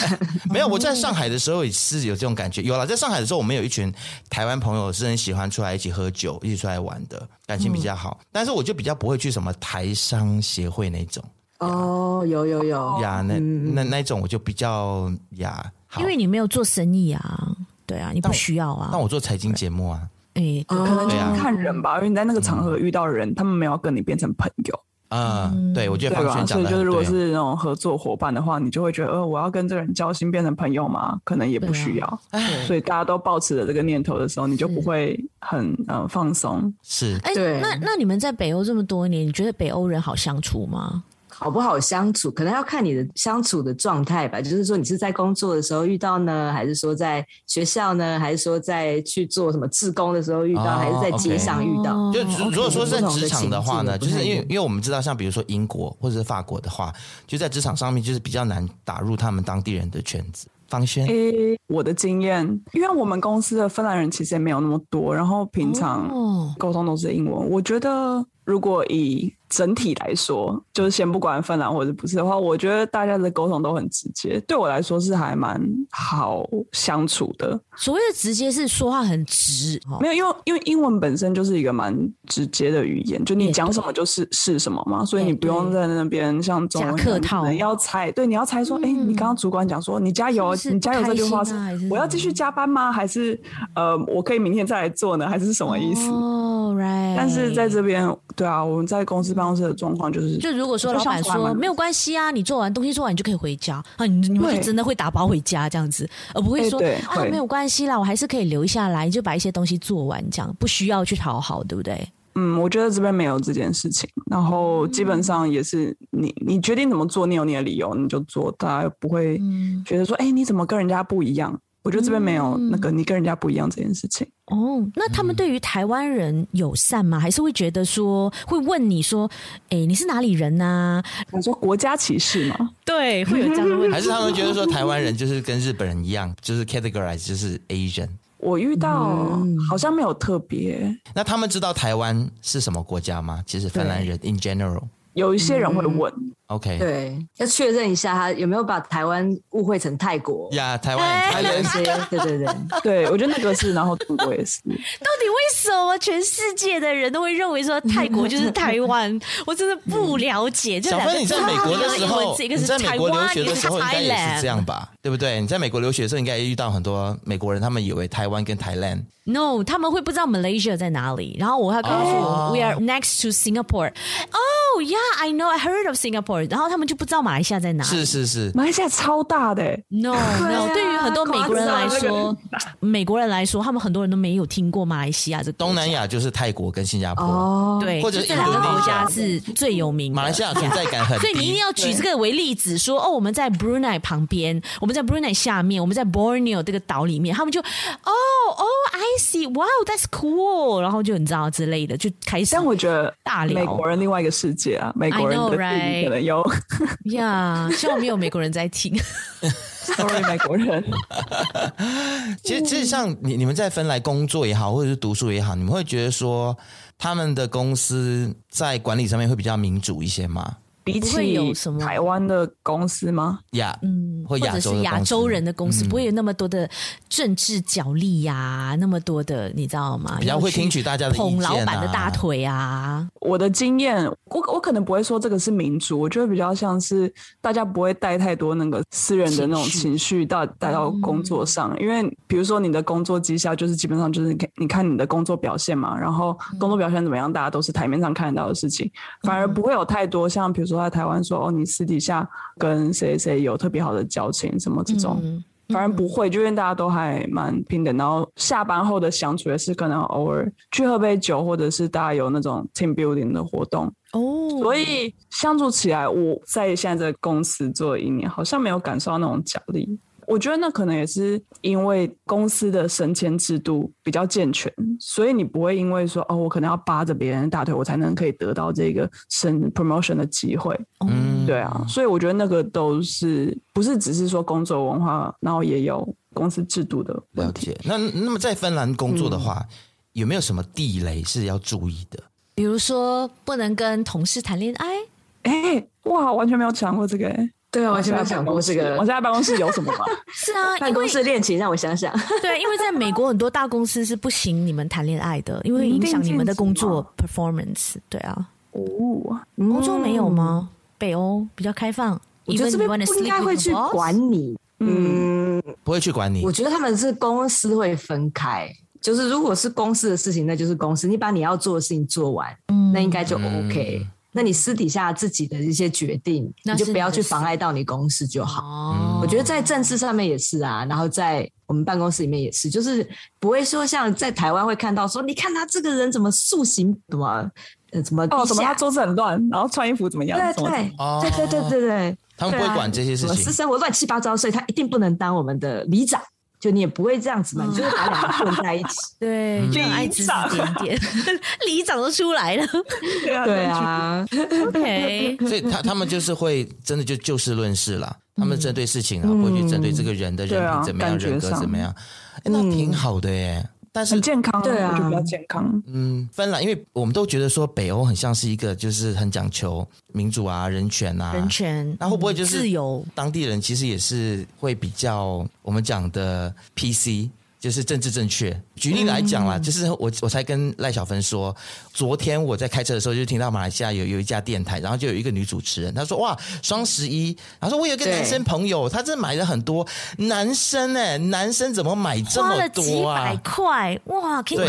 B: 没有，我在上海的时候也是有这种感觉。有了，在上海的时候，我们有一群台湾朋友是很喜欢出来一起喝酒、一起出来玩的，感情比较好。但是我就比较不会去什么台商协会那种
C: 哦，有有有，
B: 呀，那那那一种我就比较呀。好
A: 因为你没有做生意啊，对啊，你不需要啊
B: 但。我做财经节目啊，
A: 哎、对
D: 可能就
B: 对啊
D: 是看人吧，因为你在那个场合遇到的人，他们没有跟你变成朋友，
B: 嗯，对，我觉得
D: 对
B: 方
D: 吧？
B: 轩
D: 所
B: 讲
D: 以
B: 的
D: 就是
B: 很
D: 如果
B: 对。啊
D: 是那种合作伙伴的话，你就会觉得，呃，我要跟这个人交心变成朋友吗？可能也不需要。
B: 嗯哎
D: 所以大家都抱持着这个念头的时候，你就不会很呃放松。
B: 是
A: 哎、
C: 对
A: 那那你们在北欧这么多年，你觉得北欧人好相处吗？
C: 好不好相处，可能要看你的相处的状态吧。就是说，你是在工作的时候遇到呢，还是说在学校呢，还是说在去做什么志工的时候遇到，
B: 哦
C: 还是在街上遇到？
A: 哦
B: 就如如果说在
C: 不同的
B: 职场的话呢，就
C: 情境
B: 是因为
C: 不太一样
B: 因为我们知道，像比如说英国或者是法国的话，就在职场上面就是比较难打入他们当地人的圈子。方轩，
D: 诶，我的经验，因为我们公司的芬兰人其实也没有那么多，然后平常
A: 哦，
D: 沟通都是英文。我觉得如果以整体来说，就是先不管芬兰或者不是的话，我觉得大家的沟通都很直接，对我来说是还蛮好相处的。
A: 所谓的直接是说话很直，哦
D: 没有，因为因为英文本身就是一个蛮直接的语言，就
A: 也
D: 你
A: 对
D: 讲什么就是是什么嘛，所以
A: 也
D: 你不用
A: 对
D: 在那边像中
A: 假
D: 文一样
A: 客套
D: 可能要猜，对，你要猜说，哎、你刚刚主管讲说你加油，
A: 是不是
D: 你加油这句话
A: 开
D: 是
A: 心啊还是
D: 我要继续加班吗？还是呃，我可以明天再来做呢？还是什么意思？
A: 哦，right。
D: 但是在这边，对啊，我们在公司办公室的状况就是，
A: 就如果说
D: 就
A: 老
D: 像
A: 板
D: 出来
A: 说
D: 买
A: 没有关系啊，你做完东西做完你就可以回家啊，你你们就
D: 对
A: 真的会打包回家这样子，而不会
D: 哎
A: 说
D: 对
A: 啊
D: 会
A: 没有关系啦，我还是可以留下来，你就把一些东西做完这样，不需要去讨好，对不对？
D: 嗯，我觉得这边没有这件事情，然
A: 嗯
D: 后基本上也是你你决定怎么做，你有你的理由，你就做，大家不会
A: 嗯
D: 觉得说，哎、你怎么跟人家不一样？我觉得这边没有那个
A: 嗯
D: 你跟人家不一样这件事情。嗯
A: 哦，那他们对于台湾人友善吗？还是会觉得说会问你说，哎、你是哪里人啊呐、
D: 你说国家歧视嘛？
A: 对，会有这样 的问
B: 还是他们觉得说台湾人就是跟日本人一样，就是 categorize 就是 Asian。
D: 我遇到
A: 嗯
D: 好像没有特别，
B: 那他们知道台湾是什么国家吗？其实芬兰人 in general。
D: 有一些人会问，
A: 嗯
B: OK，
C: 对，要确认一下他有没有把台湾误会成泰国。
B: 呀，台
A: 哎
B: 湾
C: 还
B: 人，
C: 有一些，对对 对，
D: 对我觉得那个是，然后中国也是，
A: 到底为什么全世界的人都会认为说泰国就是台 湾？我真的不了解。这
B: 嗯小
A: 两个啊
B: 芬，你在美国的时候，
A: 一个
B: 你
A: 是
B: 在
A: 台
B: 美国留
A: 湾，
B: 学
A: 一
B: 的
A: 个是
B: 时候应该也是这
A: Thailand。
B: 样吧，对不对？你在美国留学的时候，应该也遇到很多美国人，他们以为台湾跟 Thailand。
A: No，他们会不知道 Malaysia 在哪里。然后我还告诉我、
B: 哦
A: w e are next to Singapore。Oh yeah，I know, I heard of Singapore。然后他们就不知道马来西亚在哪里。
B: 是是是，
A: 嗯
D: 马来西亚超大的、欸
A: No，
C: 对
A: no，
C: 啊
A: 对于很多美国人来
D: 夸张啊
A: 说，美国人来说，他们很多人都没有听过马来西亚这个
B: 东南
A: 亚。
B: 亚就是泰国跟新加坡，
C: 哦，
A: 对，
B: 或者
A: 就这两个
B: 印度尼
A: 国
B: 西亚
A: 家是最有名的。
B: 马来西亚存在感很
A: 所以你一定
B: 低。
A: 要举这个为例子，说哦，我们在 Brunei 旁边，我们在 Brunei 下面，我们在 Borneo 这个岛里面，他们就哦哦，I see，wow，that's cool，然后就你知道之类的，就开始
D: 但我觉得
A: 大聊
D: 美国人另外一个世界啊，美
A: I
D: 国人
A: know,
D: 的地
A: right
D: 理可能有
A: 呀，希望没有美国人在 听。
D: ，sorry 美国人。
B: 其实，
A: 嗯
B: 其实像你你们在芬兰工作也好，或者是读书也好，你们会觉得说他们的公司在管理上面会比较民主一些吗？
D: 比
A: 不会
D: 起
A: 有什么
D: 台湾的公司吗？
B: 亚
A: 嗯，
B: 或
A: 或
B: 亚
A: 者
B: 洲的
A: 是亚
B: 公司
A: 洲人的公司，
B: 嗯
A: 不会有那么多的政治角力呀、那么多的，你知道吗？
B: 比较会听取大家的意见、啊、
A: 捧老板的大腿啊，
D: 我的经验，我我可能不会说这个是民主，我觉得比较像是大家不会带太多那个私人的那种
A: 情绪
D: 情绪到带到工作上，
A: 嗯
D: 因为比如说你的工作绩效就是基本上就是你看你看你的工作表现嘛，然后
A: 嗯
D: 工作表现怎么样，大家都是台面上看得到的事情，反而不会有太多像比如说在台湾说哦你私底下跟谁谁有特别好的交情什么这种。
A: 嗯
D: 反正不会，就因为大家都还蛮平等，然后下班后的相处也是可能偶尔去喝杯酒，或者是大家有那种 team building 的活动，
A: 哦，
D: 所以相处起来，我在现在这个公司做了一年，好像没有感受到那种奖励。我觉得那可能也是因为公司的升迁制度比较健全，所以你不会因为说哦，我可能要扒着别人的大腿，我才能可以得到这个升 promotion 的机会。
A: 嗯，
D: 对啊，所以我觉得那个都是不是只是说工作文化，然后也有公司制度的
B: 了
D: 问题。
B: 解。那那么在芬兰工作的话，
A: 嗯
B: 有没有什么地雷是要注意的？
A: 比如说不能跟同事谈恋爱，
D: 哎、哇，完全没有想过这个、哎，
C: 对啊，完全没有想过这 个
D: 我现在办公室有什么吗？
A: 是啊，
C: 办
A: 因为
C: 公室恋情，让我 想想。
A: 对，因为在美国很多大公司是不行你们谈恋爱的，因为影响你们的工作 performance。对啊，
D: 哦，
A: 欧洲没有吗？北欧比较开放，
C: 嗯我觉得这
A: Even you
C: 边
A: wanna
C: 不应
A: sleep
C: 该
A: with
C: 会
A: your
C: 去
A: boss？
C: 管你。嗯，
B: 不会去管你
C: 我。觉得他们是公司会分开，就是如果是公司的事情，那就是公司，你把你要做的事情做完，
A: 嗯
C: 那应该就 OK。那你私底下自己的一些决定，
A: 那
C: 你
A: 是
C: 就不要
A: 你的
C: 去
A: 事
C: 妨碍到你公司就好。
A: 哦，
C: 我觉得在政治上面也是啊，然后在我们办公室里面也是，就是不会说像在台湾会看到说，你看他这个人怎么塑形，怎么呃怎么
D: 哦，
C: 低
D: 什么？
C: 下
D: 他桌子很乱，然后穿衣服怎么样？
C: 对啊
D: 什么
C: 对
B: 哦
C: 对对对对对，
B: 他们不会
C: 对啊
B: 管这些事
C: 什么
B: 情
C: 私生活乱七八糟，所以他一定不能当我们的里长，就你也不会这样子嘛，你就是把两个混在一起。
A: 对，就很爱指指点点， 里长都出来了。
C: 对，啊，
A: OK，
B: 所以他他们就是会真的就就事论事啦，
A: 嗯
B: 他们针对事情啊，不会去针对这个人的人
D: 对啊
B: 品怎么样，
D: 感觉
B: 人格
D: 上
B: 怎么样，哎那挺好的耶。但是
D: 很健康，
C: 对啊
D: 我觉得比较健康。
B: 嗯，芬兰，因为我们都觉得说北欧很像是一个就是很讲求民主啊、人权啊、
A: 人权，嗯
B: 那会不会就是
A: 自由？
B: 当地人其实也是会比较我们讲的 PC，就是政治正确。举例来讲
A: 嗯
B: 啦，就是我我才跟赖小芬说，昨天我在开车的时候就听到马来西亚有有一家电台，然后就有一个女主持人，她说哇双十一，然后说我有一个
C: 对
B: 男生朋友，他真的买了很多，男生哎、男生怎么买这
A: 花
B: 么
A: 了几
B: 多啊
A: 百？块，哇！可以
B: 对，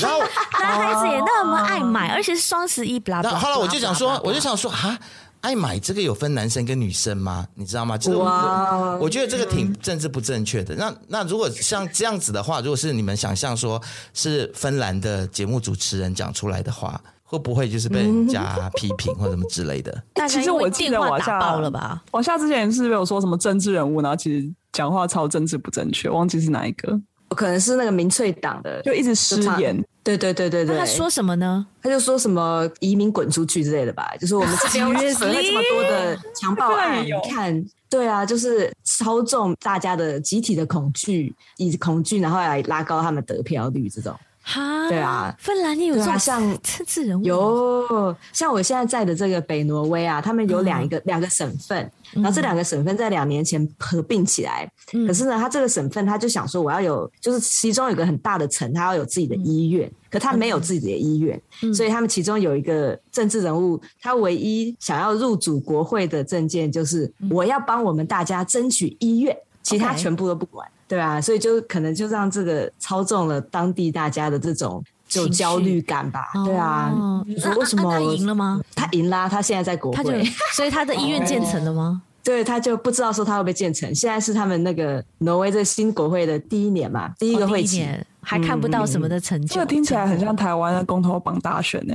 B: 然后
A: 男孩子也那么爱买，而且是双十一，blah
C: 啊
A: blah blah blah blah，
B: 然后后来我就想说，我就
A: 想。
B: 想说啊。爱买这个有分男生跟女生吗？你知道吗？就是我
C: 哇嗯
B: 我觉得这个挺政治不正确的。那那如果像这样子的话，如果是你们想象说是芬兰的节目主持人讲出来的话，会不会就是被人
C: 嗯
B: 家批评或什么之 类的？
A: 大家
D: 其
A: 因
D: 实
A: 为
D: 我记
A: 电
D: 得
A: 话
D: 我
A: 打
D: 下
A: 爆了吧？？
D: 我下之前是有说什么政治人物，然后其实讲话超政治不正确，忘记是哪一个，
C: 可能是那个民粹党的，
D: 就一直失
C: 差
D: 言。
C: 对对对对对，
A: 那他说什么呢？
C: 他就说什么移民滚出去之类的吧，就是我们这 边为什么会这么多的强暴案？
D: 对
C: 你
A: 哦
D: 有
C: 看，对啊，就是操纵大家的集体的恐惧，以恐惧然后来拉高他们得票率这种。
A: 哈，
C: 对啊
A: 芬兰也有这
C: 对啊
A: 种
C: 像
A: 政治人物，
C: 有像我现在在的这个北挪威啊，他们有
A: 嗯
C: 两个、两个省份，然后这两个省份在两年前合并起来，
A: 嗯
C: 可是呢，他这个省份他就想说我要有，就是其中有个很大的城，他要有自己的医
A: 嗯
C: 院，可他没有自己的医院，所以他们其中有一个政治人物，他唯一想要入主国会的证件就是我要帮我们大家争取医院，其他
A: 嗯 OK
C: 全部都不管。对啊，所以就可能就让这个操纵了当地大家的这种就
A: 情绪
C: 焦虑感吧。对啊，
A: 哦
C: 你
A: 那
C: 说为什么
A: 那他赢了吗？
C: 他赢啦，他现在在国
A: 他就
C: 会，
A: 所以他的医院建成了吗？
C: 对，他就不知道说他会不会建成。现在是他们那个挪威这新国会的第一年嘛， 第一个
A: 哦
C: 会
A: 第一
C: 期。嗯
A: 年还看不到什么的成就，
D: 这个听起来很像台湾的公投榜大选 呢、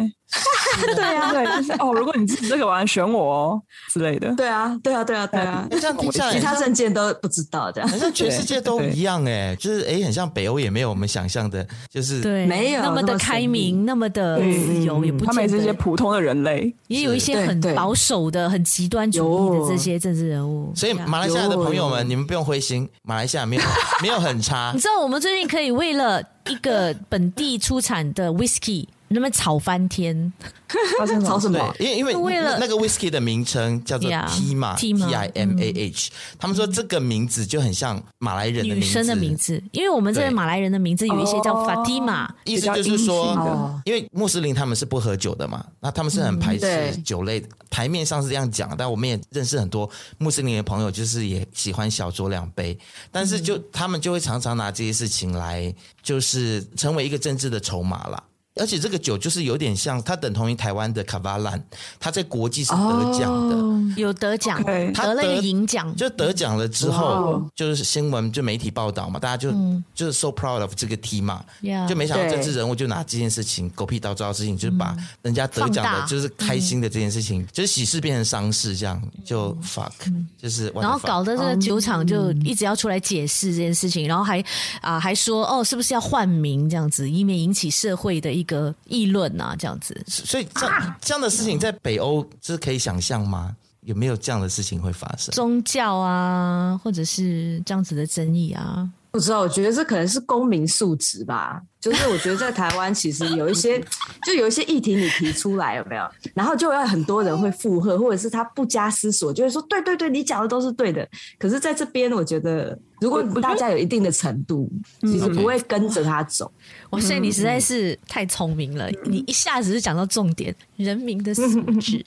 D: 对啊，对，就是哦，如果你支持这个完，选我哦之类的。
C: 对啊，对啊，对啊，对啊，
B: 这样听下来
C: 其
B: 很
C: 他
B: 像，
C: 证件都不知道这样
A: 哎
B: 很。像全世界都一样哎、就是哎、很像北欧也没有我们想象的，就是
A: 对，
C: 没有
A: 那么
C: 那
A: 的
C: 么
A: 开
C: 神秘
A: 明，那么的自由，也不
D: 他们也
A: 见
D: 是一
A: 得，
D: 些普通的人类，
A: 也有一些
C: 对
A: 很
C: 对
A: 保守的、很极端主义的这些政治人物。
B: 所以
A: 对啊
B: 马来西亚的朋友
C: 有
B: 们，你们不用灰心，马来西亚没有没有很差
A: 你。知道我们最近可以为了一个本地出产的 whisky。那边吵翻天。
D: 发生 什
C: 吵
D: 么
C: 什
D: 事？
C: 么？
B: 对，因为因为
A: 哦为了
B: 那个 whisky 的名称叫做
A: Yeah，
B: Tima
A: Tima，
B: T I M A H，他们说这个名字就很像马来人的
A: 嗯女
B: 名字，
A: 生的名字，因为我们这边
B: 对
A: 马来人的名字有一些叫
D: 哦
A: Fatima，、
B: 意思
D: 比较
B: 就是
D: 阴性
B: 说，
D: 的
C: 哦
B: 因为穆斯林他们是不喝酒的嘛，那他们是很排斥
C: 对
A: 嗯
B: 酒类的，台面上是这样讲，但我们也认识很多穆斯林的朋友，就是也喜欢小酌两杯，但是
A: 嗯
B: 就、他们就会常常拿这些事情来，就是成为一个政治的筹码啦。而且这个酒就是有点像，它等同于台湾的卡瓦兰，它在国际是得奖
A: 哦
B: 的。
A: 有得奖
D: OK
B: 他
A: 得了一
B: 得
A: 个银奖，
B: 就得奖了之
D: 哇
B: 后
D: 哦，
B: 就是新闻就媒体报道嘛，大家就、就是 so proud of 这个 T 嘛
A: 嗯 Yeah
B: 就没想到
C: 对
B: 政治人物就拿这件事情狗屁倒灶的事情，就是把人家得奖
A: 嗯放
B: 的
A: 大嗯
B: 就是开心的这件事情，就是喜事变成丧事，这样就 fuck，、就是
A: 然后
B: what the fuck
A: 搞得这
D: 哦
A: 个酒厂就一直要出来解释这件事情，然后还啊、还说哦是不是要换名这样子，以免引起社会的一个议论啊这样子。
B: 所以这样、
A: 啊
B: 这样的事情在北欧就是可以想象吗？有没有这样的事情会发生？
A: 宗教啊，或者是这样子的争议啊，
C: 不知道，我觉得这可能是公民素质吧。就是我觉得在台湾，其实有一些，就有一些议题你提出来有没有？然后就有很多人会附和，或者是他不加思索，就会说对对对，你讲的都是对的。可是在这边，我觉得如果大家有一定的程度，其实不会跟着他走。
A: 哇塞，你实在是太聪明了，你一下子就讲到重点，人民的素质。
D: 嗯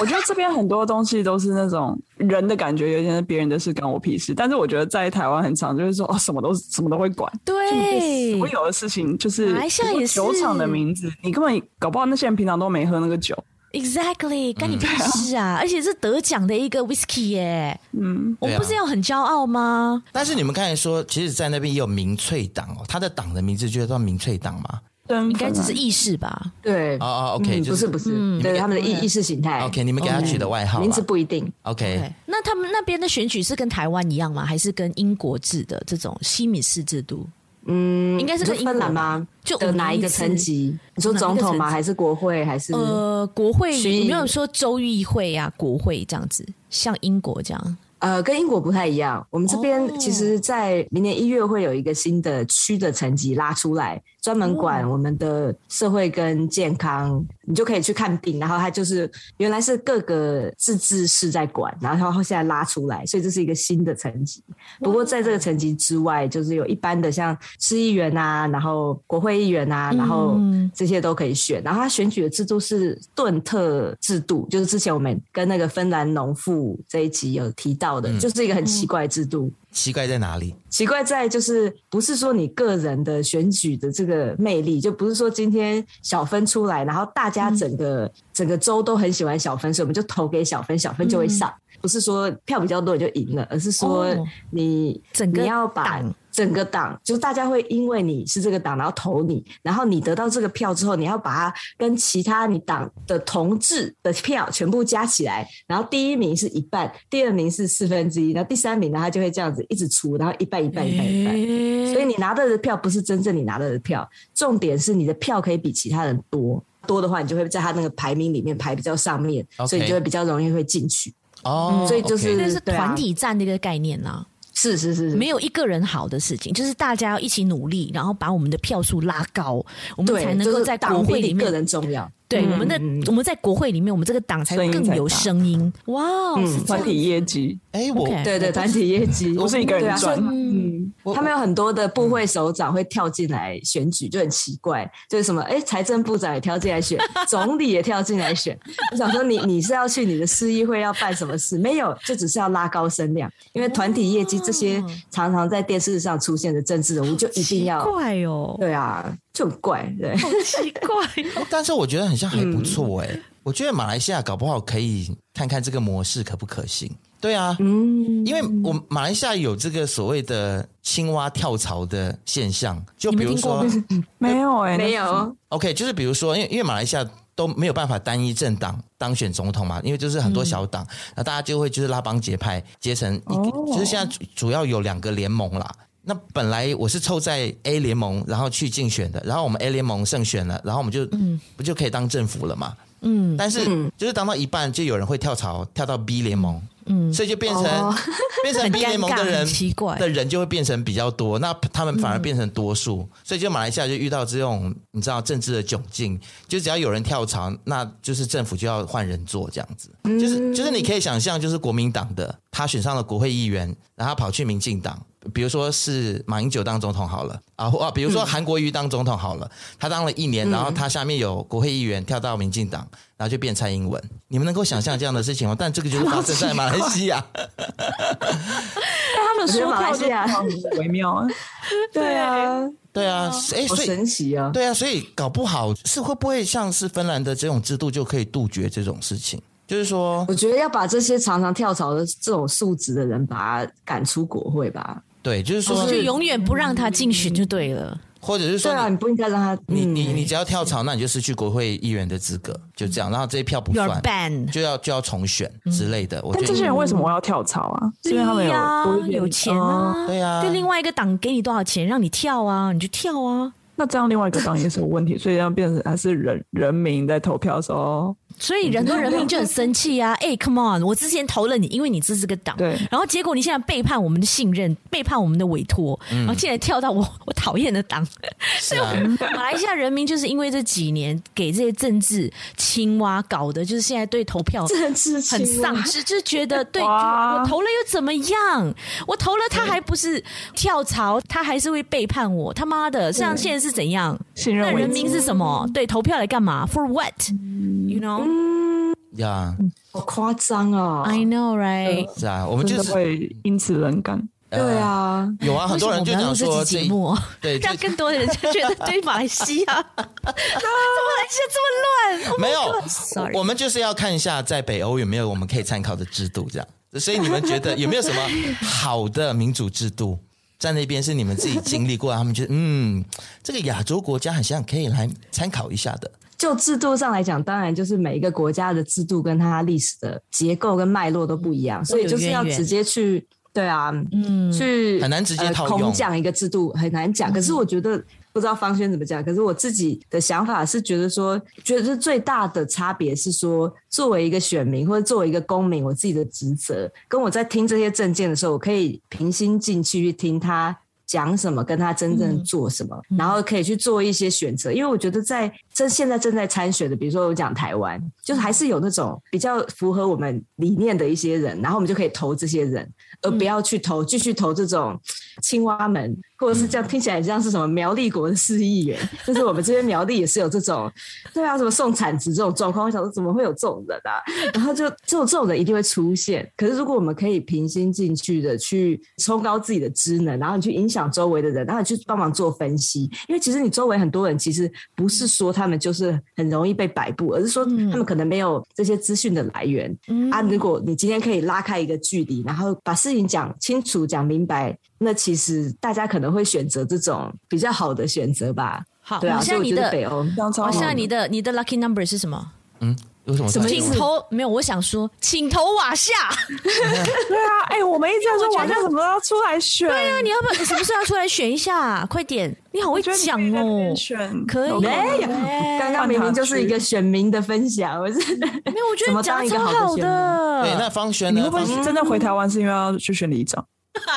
D: 我觉得这边很多东西都是那种人的感觉，有点是别人的事干我屁事。但是我觉得在台湾很常就是说哦，什么都什么都会管，
A: 对
D: 所，有的事情就是
A: 马来西亚也是
D: 酒厂的名字，你根本搞不好那些人平常都没喝那个酒。
B: 嗯
A: Exactly，干你屁事啊！而且是得奖的一个 whisky 耶，
D: 嗯，
A: 我们不
B: 啊
A: 是要很骄傲吗？
B: 但是你们刚才说，其实，在那边也有民粹党哦，他的党的名字就叫民粹党嘛。
D: 应
A: 应该只是意识吧？
C: 对，
B: 哦哦，OK，、
C: 嗯
B: 就是
C: 不是不是，对他们的意意识形态。
B: OK，你们啊给他取的外号啦
C: 名字不一定，
A: 对，那他们那边的选举是跟台湾一样吗？还是跟英国制的这种西敏式制度？
C: 嗯，
A: 应该是
C: 你
A: 跟
C: 说芬兰吗？
A: 英国
C: 的
A: 就
C: 哪一
A: 五年
C: 个
A: 一次
C: 层级？你说总统吗？
A: 哪一个层级
C: 还是国会？还是
A: 呃，国会
C: 区议
A: 有没有说州议会啊、国会这样子？像英国这样？
C: 呃，跟英国不太一样。我们这
A: 哦
C: 边其实，在明年一月会有一个新的区的层级拉出来，专门管我们的社会跟健康，你就可以去看病。然后它就是原来是各个自治市在管，然后它现在拉出来，所以这是一个新的层级。不过在这个层级之外，就是有一般的像市议员啊，然后国会议员啊，然后
A: 嗯
C: 这些都可以选。然后他选举的制度是顿特制度，就是之前我们跟那个芬兰农妇这一集有提到的，就是一个很奇怪的制度。
B: 奇怪在哪里？
C: 奇怪在就是不是说你个人的选举的这个魅力，就不是说今天小芬出来，然后大家整个、
A: 嗯
C: 整个州都很喜欢小芬，所以我们就投给小芬，小芬就会上。不是说票比较多你就赢了，而是说
A: 哦
C: 你、
A: 整个
C: 你要把
A: 党
C: 整个党，就是大家会因为你是这个党，然后投你，然后你得到这个票之后，你要把它跟其他你党的同志的票全部加起来，然后第一名是一半，第二名是四分之一，然后第三名呢，他就会这样子一直除，然后一半一半一半
A: 哎
C: 一半。
A: 诶
C: 所以你拿到的票不是真正你拿到的票，重点是你的票可以比其他人多，多的话你就会在他那个排名里面排比较上面
B: OK
C: 所以你就会比较容易会进去。
B: 哦，
A: 嗯
C: 所以就
B: OK
C: 是
A: 那是
C: 对啊
A: 团体战的一个概念啦、
C: 是是是是，
A: 没有一个人好的事情，就是大家要一起努力，然后把我们的票数拉高，我们
C: 对，
A: 才能
C: 就
A: 够
C: 是
A: 在
C: 党
A: 国
C: 比
A: 会
C: 你
A: 里
C: 个
A: 面。
C: 人重要。
A: 对，
D: 嗯
A: 我们的
C: 嗯嗯
A: 我们在国会里面，我们这个党才
D: 声音
A: 更
D: 才
A: 有
D: 大
A: 声音。哇哦，
C: 嗯
A: 是呃这
D: 团
A: 样
D: 体业绩，
B: 哎，我
A: OK
C: 对对，团体业绩，
D: 不是一个
C: 对
D: 人
C: 啊所以
D: 赚。
C: 嗯，他们有很多的部会首长会跳进来选举，就很奇怪，就是什么哎，财政部长也跳进来选，总理也跳进来选。我想说你，你是要去你的市议会要办什么事？没有，就只是要拉高声量，因为团体业绩这些常常在电视上出现的政治人物，就一定
A: 奇
C: 要
A: 怪哦，
C: 对啊，就很怪，对，
A: 好奇怪哦。
B: 但是我觉得很像还不错
A: 嗯
B: 哎、我觉得马来西亚搞不好可以看看这个模式可不可行。对啊，
C: 嗯，
B: 因为我马来西亚有这个所谓的青蛙跳槽的现象，就
A: 你
B: 比
A: 们
B: 如
A: 听过
B: 说
A: 吗
D: 没有哎，
C: 没有，
B: OK，就是比如说，因为因为马来西亚都没有办法单一政党当选总统嘛，因为就是很
A: 嗯
B: 多小党，那、大家就会就是拉帮结派，结成一个，
D: 哦
B: 就是现在主主要有两个联盟啦。那本来我是凑在 A 联盟，然后去竞选的，然后我们 A 联盟胜选了，然后我们就、不就可以当政府了嘛？
A: 嗯，
B: 但是就是当到一半，就有人会跳槽跳到 B 联盟，
A: 嗯，
B: 所以就变成、
C: 哦
B: 变成 B 联盟的
A: 很
B: 人
A: 奇怪
B: 的人就会变成比较多，那他们反而变成多数，所以就马来西亚就遇到这种你知道政治的窘境，就只要有人跳槽，那就是政府就要换人做这样子，就是就是你可以想象，就是国民党的他选上了国会议员，然后他跑去民进党。比如说是马英九当总统好了啊，或啊，比如说韩国瑜当总统好了，他当了一年，然后他下面有国会议员跳到民进党，然后就变蔡英文。你们能够想象这样的事情吗？但这个就是发生在马来西亚。
D: 但他
C: 我
D: 们
C: 觉得
D: 说
C: 马来
D: 跳就
C: 西亚
D: 跳很微妙啊，
C: 对啊，
B: 对啊，哎，
C: 好
B: 所以
C: 神奇啊！
B: 对啊，所以搞不好是会不会像是芬兰的这种制度就可以杜绝这种事情？就是说
C: 我，觉得要把这些常常跳槽的这种素质的人，把他赶出国会吧。
B: 对，就是说
A: 就，永远不让他竞选就对了。
B: 或者是
C: 对啊，
B: 说
C: 你不应该让他，
B: 你，你
C: 嗯
B: 你你只要跳槽，那你就失去国会议员的资格，就这样，然后这一票不
A: Your
B: 算，
A: ban，
B: 就要就要重选之类的。我
D: 但
B: 觉
D: 这些
B: 得
D: 人为什么我要跳槽啊？是因为他们
A: 嗯对
D: 有
A: 呀
D: 多一点哦
A: 有钱啊，
B: 对啊
A: 就另外一个党给你多少钱让你跳啊，你就跳啊。
D: 那这样另外一个当然也是有问题，所以要变成还是人人民在投票的时候，
A: 所以很多人民就很生气啊！ 哎、c o m e on，我之前投了你，因为你支持个党，
D: 对
A: 然后结果你现在背叛我们的信任，背叛我们的委托，
B: 嗯
A: 然后现在跳到我 我讨厌的党。
B: 是啊，
A: 马来西亚人民就是因为这几年给这些政治青蛙搞的，就是现在对投票
C: 这很痴情
A: 很
C: 啊嗯
A: 丧志，就觉 得对就
D: 哇
A: 我投了又怎么样？我投了他还不是跳槽，他还是会背叛我，他妈的！像现在是怎样？
D: 信
A: 那
D: 任为
A: 人民是什
C: 嗯
A: 么？对，投票来干嘛？For what？You know？I
B: 呀，
C: 好夸张哦！
A: know, right？
B: 啊是啊，我们就
D: 真的
B: 是
D: 会因此冷感。
C: 对啊，
B: 有啊，很多人就
A: 为什么我
B: 想
A: 们要录
B: 说
A: 这期
B: 这
A: 节目哦，
B: 对这
A: 让更多的人觉得对马来 西亚，怎么马来西亚这么乱？
B: 没有
A: sorry，
B: 我们就是要看一下在北欧有没有我们可以参考的制度，这样。所以你们觉得有没有什么好的民主制度？在那边是你们自己经历过，他们觉得嗯，这个亚洲国家好像可以来参考一下的。
C: 就制度上来讲，当然就是每一个国家的制度跟它历史的结构跟脉络都不一样，所以就是要直接去对啊，嗯，去
B: 很难直接套用
C: 呃、空讲一个制度很难讲。可是我觉得不知道方轩怎么讲，可是我自己的想法是觉得说，觉得最大的差别是说，作为一个选民或者作为一个公民，我自己的职责，跟我在听这些证件的时候，我可以平心静气去听他讲什么，跟他真正做什么，然后可以去做一些选择。因为我觉得在这现在正在参选的，比如说我讲台湾，就是还是有那种比较符合我们理念的一些人，然后我们就可以投这些人，而不要去投继续投这种青蛙门，或者是这样听起来像是什么苗栗国的市议员，就是我们这边苗栗也是有这种，对啊，什么送产值这种状况，我想说怎么会有这种人啊？然后就这种这种人一定会出现。可是如果我们可以平心静气的去冲高自己的职能，然后你去影响周围的人，然后你去帮忙做分析，因为其实你周围很多人其实不是说他们就是很容易被摆布，而是说
A: 嗯
C: 他们可能没有这些资讯的来源。啊，如果你今天可以拉开一个距离，然后把事情讲清楚、讲明白，那其实大家可能会选择这种比较好的选择吧。
A: 好，
C: 对啊，
A: 我
C: 所以
A: 像
C: 我
A: 你
C: 觉得
A: 的
C: 北，欧嗯
D: 这样超
A: 我
D: 好
A: 像你的你的 lucky number 是什么？
B: 嗯，有什么？
C: 什么
A: 请
C: 意思
A: 投没有？我想说，请投瓦夏。
D: 对啊，哎、我们一直在说
A: 因为我觉得
D: 晚上什么都要出来选，对
A: 啊那你要不要你什么时候要出来选一下、快点！你好会讲哦，
D: 选
A: 可以
D: 没
A: 哎
D: 有，
C: 刚刚明明就是一个选民的分享，我是
A: 没有，我觉得
C: 怎
A: 你
C: 么
A: 讲
C: 当
A: 得
C: 一个
A: 超
C: 好
A: 好
C: 的选民
A: 的。
B: 对，哎那方轩
D: 你
B: 呢？
D: 会不
B: 方轩
A: 嗯
D: 会真的回台湾是因为要去选里长？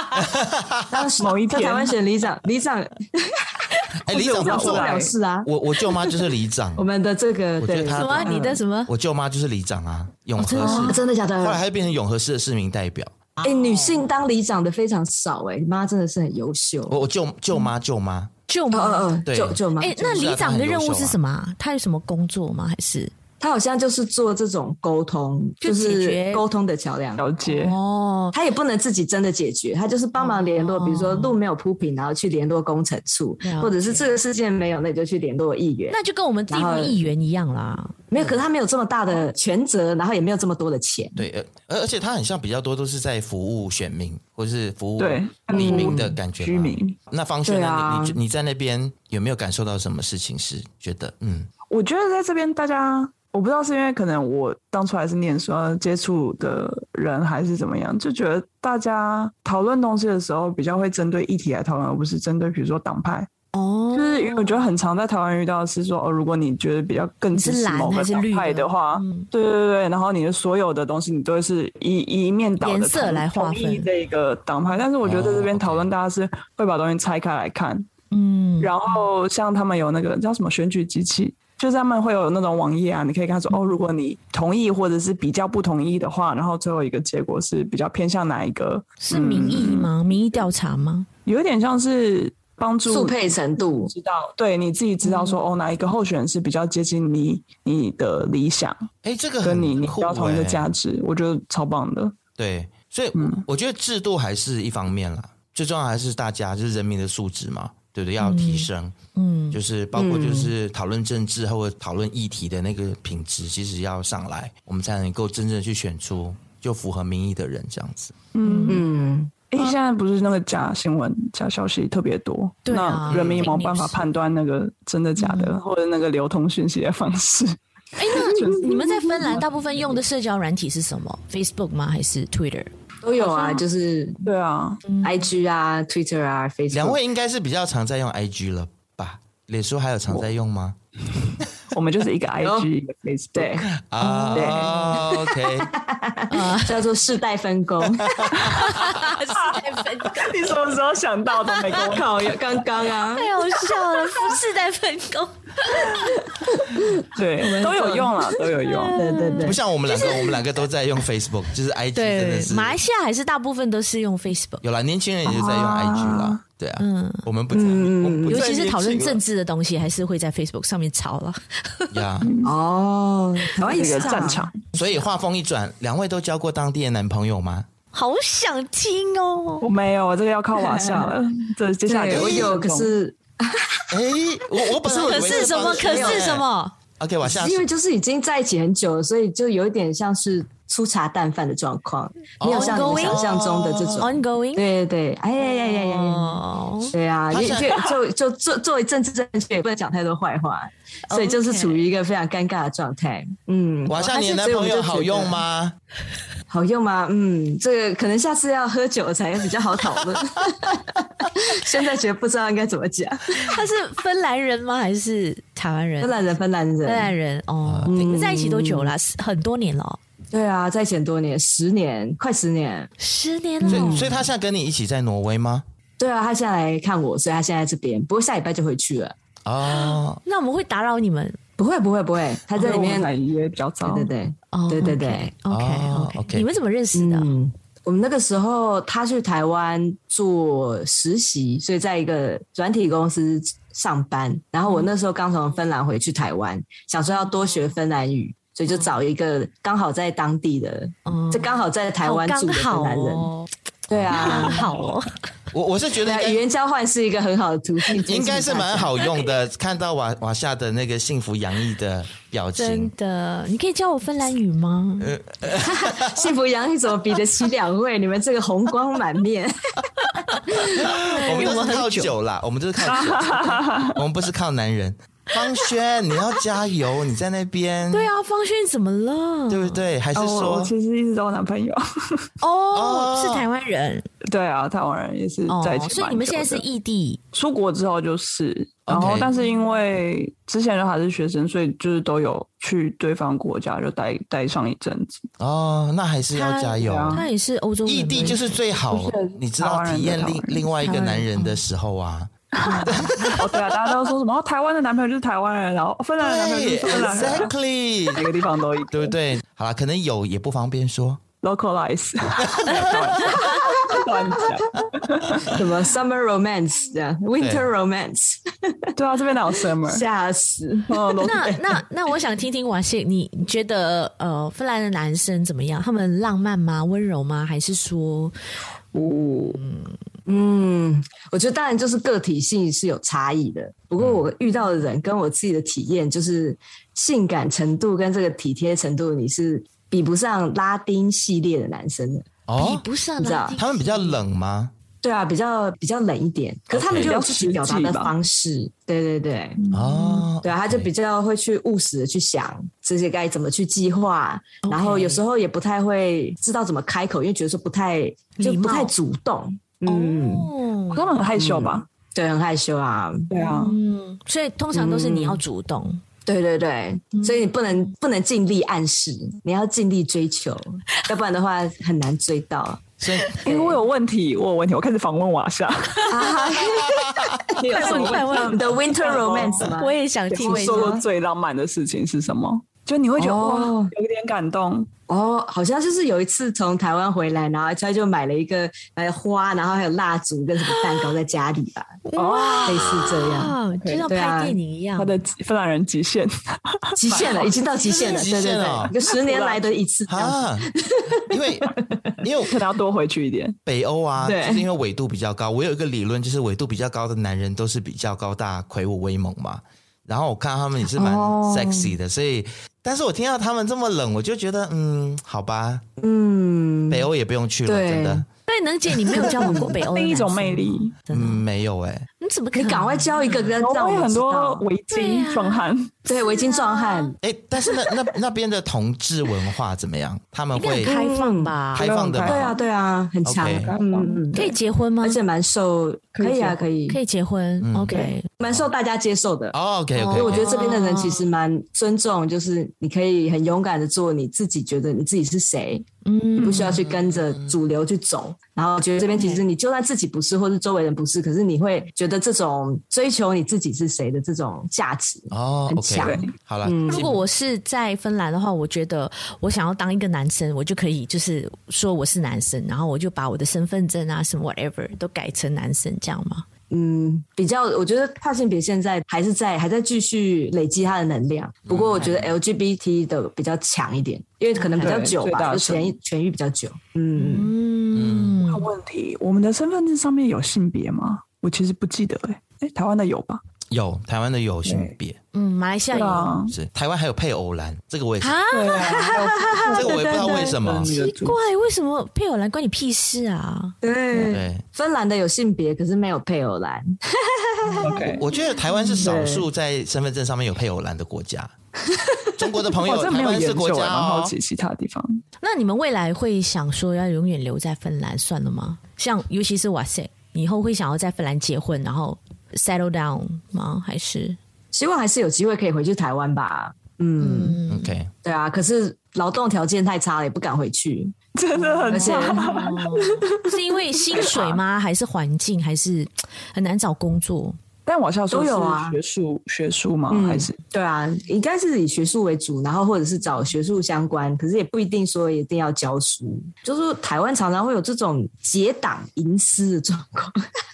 D: 某一
C: 在
D: 天
C: 台湾选里长，里长
B: 哎，里长
D: 不
B: 不
D: 是
C: 做
B: 是
C: 不
D: 来
B: 我，
C: 了事啊。
B: 我我舅妈就是里长
C: 我，们的这个
B: 我觉得
C: 对，
B: 他嗯
C: 啊
A: 什么？你的什么？
B: 我舅妈就是里长啊，永
A: 真
B: 和
A: 的
B: 市，
A: 吗
C: 啊真的假的？
B: 后来她就变成永和市的市民代表。
C: 哎、女性当里长的非常少哎、你妈真的是很优秀。
B: 我我舅舅妈舅妈，
A: 舅
C: 哦
A: 妈。
C: 哦哦，
B: 哦对
C: 舅舅妈，
A: 哎，
C: 舅
A: 那
B: 是啊
A: 里长的任务
B: 他很优秀
A: 是
B: 啊
A: 什么啊？他有什么工作吗？还是
C: 她好像就是做这种沟通，
A: 就
C: 就
A: 解
C: 是
A: 决
C: 沟通的桥梁。
D: 了解，
A: 哦？
C: 她也不能自己真的解决，她就是帮忙联络，比如说路没有铺平，然后去联络工程处
A: 了解，
C: 或者是这个事件没有，那你就去联络议员。
A: 那就嗯跟我们地
C: 然
A: 方
C: 后
A: 议员一样啦。
C: 没有，可是她没有这么大的权责，然后也没有这么多的钱。
B: 对，呃而而且他很像比较多都是在服务选民或是服务
D: 对
B: 黎明的感觉
D: 居
B: 嘛。
D: 民。
B: 那方轩呢？
C: 对啊
B: 你你你在那边有没有感受到什么事情是觉得嗯
D: 我觉得在这边大家，我不知道是因为可能我当初还是念书，呃接触的人还是怎么样，就觉得大家讨论东西的时候比较会针对议题来讨论，而不是针对比如说党派
A: 哦，
D: 就是因为我觉得很常在台湾遇到的是说，哦，如果你觉得比较更支
A: 你是
D: 持
A: 蓝
D: 某
A: 还
D: 个
A: 是
D: 党
A: 绿
D: 派
A: 的
D: 的话，
A: 嗯
D: 对对对，然后你的所有的东西你都是一一面倒的
A: 颜色
D: 同
A: 来划
D: 同意
A: 分
D: 这个党派。但是我觉得在这
B: 哦
D: 边
B: ，OK
D: 讨论，大家是会把东西拆开来看。
A: 嗯，
D: 然后像他们有那个叫什么选举机器，就是他们会有那种网页啊，你可以跟他说哦，如果你同意或者是比较不同意的话，然后最后一个结果是比较偏向哪一个，
A: 是民意吗？民意调查吗？
D: 有一点像是帮助
C: 速配程度
D: 知道，对你自己知道说、哦，哪一个候选人是比较接近你你的理想，
B: 哎，这个
D: 跟
B: 很
D: 你你
B: 酷
D: 要同一个
B: 欸
D: 价值，我觉得超棒的。
B: 对，所以
D: 嗯
B: 我觉得制度还是一方面啦，最重要还是大家就是人民的素质嘛，对不对？要提升，
A: 嗯，
B: 就是包括就是讨论政治或者讨论议题的那个品质，其实要上来，我们才能够真正去选出就符合民意的人这样子。
D: 嗯，
C: 嗯，
D: 诶，现在不是那个假新闻、假消息特别多，
A: 对啊
D: 那人民有没有
A: fake
D: 办法
A: news
D: 判断那个真的假的，或者那个流通讯息的方式？
A: 哎，那你们在芬兰大部分用的社交软体是什么？Facebook 吗？还是 Twitter？
C: 都有啊，就是
D: 对啊，
C: IG 啊、Twitter 啊、Facebook。
B: 两位应该是比较常在用 IG 了吧？脸书还有常在用吗？
D: 我 们就是一个
C: 有
D: IG 一个 Facebook，
C: 对，
A: 哦
B: 啊、
D: 对
B: o k
C: 叫做世代分工。
D: 你什么时候想到都没跟我
C: 靠，刚刚啊，
A: 太好笑了，世代分工。
D: 对，都有 用了，都有 用。
C: 对对对
B: 不，像我们两个，我们两个都在用 Facebook，就是 IG 真的
A: 对
B: 是，
A: 马来西亚还是大部分都是用 Facebook，
B: 有啦，年轻人也是在用 IG 啦，对啊，我们不在，我们
A: 嗯
B: 不
A: 尤
B: 在
A: 其是讨论
B: 年轻人啊
A: 政治的东西，还是会在 Facebook 上面吵了。
B: 呀。
C: 哦，台湾也是
D: 这个
C: 啊
D: 战场，
B: 所以话锋一转，两位都交过当地的男朋 友吗？
A: 好想听哦！
D: 我没有，我这个要靠瓦夏了。 这接下来
C: 对，
D: 就
C: 我有，可是
B: 哎、我我本来以为
A: 可是什么？可是什么？
B: ？OK，我下
C: 因
B: 次
C: 为就是已经在一起很久了，所以就有点像是粗茶淡饭的状况，
B: 哦
C: 没有像你们想象中的这种。
A: ongoing
C: 对对对，哎呀呀呀呀呀！
A: 哦，
C: 对啊，
B: 他
C: 就
B: 现在
C: 就就作作为政治正确，也不能讲太多坏话，所以就是处于一个非常尴尬的状态。嗯，
B: 晚上
C: 但是
B: 你的男
C: 所以
B: 朋
C: 我们就
B: 友好用
C: 觉得？
B: 吗？
C: 好用吗？嗯，这个可能下次要喝酒才比较好 讨论。现在觉得不知道应该怎么讲。
A: 他是芬兰人吗？还是台湾人？
C: 芬兰人，芬兰
A: 芬兰
C: 人，
A: 人哦，
B: 嗯
A: 你们在一起多久了？是很多年了哦，
C: 对啊，在一起很多年，十年，快十年。
A: 十年
B: 所
A: 了
B: 以，。所以他现在跟你一起在挪威吗？
C: 对啊，他现在来看我，所以他现在在这边。不过下礼拜就回去了。
B: 哦，
A: 那我们会打扰你们
C: 不会，不会，不会，他在里面。
D: 来也比较早
C: 对。对
A: 哦。
C: 对，对对对，
B: 哦
A: OK OK，
B: OK
A: 你们怎么认识的？
C: 嗯。我们那个时候他去台湾做实习，所以在一个软体公司上班。然后我那时候刚从芬兰回去台湾，想说要多学芬兰语，所以就找一个刚好在当地的，
A: 嗯
C: 这刚好在台
A: 好
C: 湾
A: 刚
C: 住的
A: 好
C: 芬兰人。
A: 哦，
C: 对啊，
A: 刚好 哦，
B: 我我是觉
C: 对
B: 得
C: 啊，
B: 应
C: 语
B: 该
C: 言交换是一个很好的途径，
B: 应该是蛮好用的。看到瓦瓦夏的那个幸福洋溢的表
A: 真
B: 情，
A: 的。你可以教我芬兰语吗？
C: 幸福洋溢怎么比得起两位？你们这个红光满面，
B: 我们都是靠酒啦，我们就是靠酒，我们不是靠男人。方轩，你要加油，你在那边，
A: 对啊，方轩怎么了？
B: 对不对？还是
D: 哦，我
B: 说
D: 我其实一直都有男朋友。
A: 哦
B: 哦，
A: 是台湾人
D: 对啊，台湾人也是
A: 哦
D: 在一起蛮久，的。
A: 所以你们现在是异地
D: 出国之后就是，然后
B: OK
D: 但是因为之前都还是学生，所以就是都有去对方国家就待待上一阵子。
B: 哦，那还是要加油。
A: 他也是欧洲人
B: 异地就是最好
D: 不是，
B: 你知
D: 台
B: 道
D: 湾人
B: 体
D: 的
B: 验
D: 台湾
B: 另
D: 人
B: 另外一个男人的时候啊，
D: 哦，对啊，大家都说什么、哦、台湾的男朋友就是台湾人，然后芬兰的男朋友
B: 对
D: 就是啊芬兰人，每
B: ，exactly，
D: 个地方都一
B: 对不对？好啦，可能有也不方便说，
D: localize，乱讲。
C: 什么 summer romance 这样，winter romance，
D: 对啊，这边哪有 summer？
C: 吓死！
D: 哦，都
A: 那那那，我想听听瓦谢，你你觉得呃，芬兰的男生怎么样？他们浪漫吗？温柔吗？还是说
D: 不
C: 嗯，我觉得当然就是个体性是有差异的，不
D: 嗯
C: 过我遇到的人跟我自己的体验就是性感程度跟这个体贴程度，你是比不上拉丁系列的男生的。
A: 比
B: 哦，
A: 不上
C: 你知
A: 拉
C: 道
A: 丁？
B: 他们比较冷吗？
C: 对啊，比较比较冷一点，可是他们
D: OK
C: 就有自己表达
D: 比
C: 的
D: 较实际吧嗯
C: 方式。对对对，
B: 哦，
C: 对啊，他就比较会去务实的去想这些该怎么去计划，然后有时候也不太会知道怎么开口，因为觉得说不太就
A: 礼貌
C: 不太主动。嗯，
A: 哦，
D: 他们很害羞吧？
C: 对，很害羞啊。
D: 对啊，
A: 嗯，所以通常都是你要主动。
C: 对对对，所以你不能不能尽力暗示，你要尽力追求，要不然的话很难追到。
B: 所以
D: 因为我有问题，我有问题，我开始访问瓦夏。
C: 啊，
D: 你有
A: 快问快问
C: 你的 Winter Romance 吗？
A: 我也想听
D: 你
A: 一下
D: 做过最浪漫的事情是什么？就你会觉得、
C: 哦
D: 哇，有点感动。
C: 哦，好像就是有一次从台湾回来，然后他就买了一个呃花，然后还有蜡烛跟什么蛋糕在家里吧，
D: 哇，
C: 类似这样，
A: 啊，就像
C: 对啊
A: 拍电影一样
D: 他。的极芬兰人极限，
C: 极限
D: 哦
C: 了，已经到极限了，
B: 极
C: 对对
B: 限了
C: 对，就十年来的一次这样子。
B: 啊，因为因为
D: 可能要多回去一点。
B: 北欧啊，
D: 对
B: 就是因为纬度比较高。我有一个理论，就是纬度比较高的男人都是比较高大、魁梧、威猛嘛。然后我看他们也是蛮
C: 哦
B: sexy 的，所以，但是我听到他们这么冷，我就觉得，嗯，好吧，
C: 嗯，
B: 北欧也不用去了，
C: 对
B: 真的，
A: 对，能姐，你没有交往过北
C: 哦
A: 欧的
D: 另一种
A: 男生
D: 魅力，
B: 嗯，
A: 真的
B: 没有哎、
A: 你怎么可
C: 你
A: 以
C: 赶快交一个跟
D: 挪
C: 让我
D: 威
C: 们
D: 哦很
C: 知
D: 多
C: 道
D: 围
A: 对啊
D: 巾壮汉，
C: 对围巾壮汉，
B: 哎、但是那 那那边的同志文化怎么样？他们
A: 应该很
B: 会
A: 开放吧？
B: 开放的吗？
D: 对
C: 对啊对啊，很强，
B: OK
C: 嗯嗯
A: 可
C: 嗯，
A: 以结婚吗
C: 而？且蛮受，可
D: 可以
C: 以啊
D: 结
C: 可以，
A: 可以结婚
B: 嗯
A: ，OK。
C: 蛮受大家接受的。
B: 哦，OK
A: 哦
C: 所
B: OK，
C: 以我觉得这边的人其实蛮尊重，就是你可以很勇敢的做你自己，觉得你自己是谁，
A: 嗯，
C: 不需要去跟着主流去走。然后我觉得这边其实你就算自己不是，或是周围人不是，可是你会觉得这种追求你自己是谁的这种价值，
B: 哦
C: 很
B: ，OK，
C: 强
B: 好了，
C: 嗯
A: 如果我是在芬兰的话，我觉得我想要当一个男生，我就可以就是说我是男生，然后我就把我的身份证啊什么 whatever 都改成男生，这样吗？
C: 嗯，比较我觉得跨性别现在还是在还在继续累积它的能量。
D: 嗯
C: 不过我觉得 LGBT 的比较强一点，因为可能比较
D: 嗯对
C: 久
D: 最
C: 吧，
D: 大
C: 就
D: 的
C: 痊愈痊愈比较久。嗯，
A: 嗯，
D: 有问题，我们的身份证上面有性别吗？我其实不记得哎、欸，哎、台湾的有吧？
B: 有台湾的有性别
A: 嗯，马来西亚有啊，
D: 啊，
B: 是台湾还有配偶栏，这个我也是，
D: 对啊，还有
B: 这个我也不知道
C: 啊
B: 为什么，
C: 嗯
A: 奇怪，为什么配偶栏关你屁事啊？
D: 嗯
C: 对。
B: 对。
C: 芬兰的有性别，可是没有配偶栏。
D: OK，
B: 我觉得台湾是少
D: 嗯
B: 数在身份证上面有配偶栏的国 家。中国的朋
D: 哇，
B: 友，
D: 这没
B: 台
D: 有
B: 湾
D: 研
B: 是国
D: 究，
B: 家
D: 啊蛮好
B: 哦。
D: 奇其他地方。
A: 那你们未来会想说要永远留在芬兰算了吗？像尤其是哇塞，你以后会想要在芬兰结婚，然后 settle down 吗？还是
C: 希望还是有机会可以回去台湾吧。嗯，
A: 嗯，
B: OK，
C: 对啊，可是劳动条件太差了，也不敢回去。
D: 真的很
C: 嗯而且
D: 像，
A: 是因为薪水吗？还是环境？还是很难找工作？
D: 但往下说
C: 都
D: 是
C: 有啊
D: 学术学术吗？还是
C: 对啊，应该是以学术为主，然后或者是找学术相关，可是也不一定说一定要教书。就是台湾常常会有这种结党营私的状况。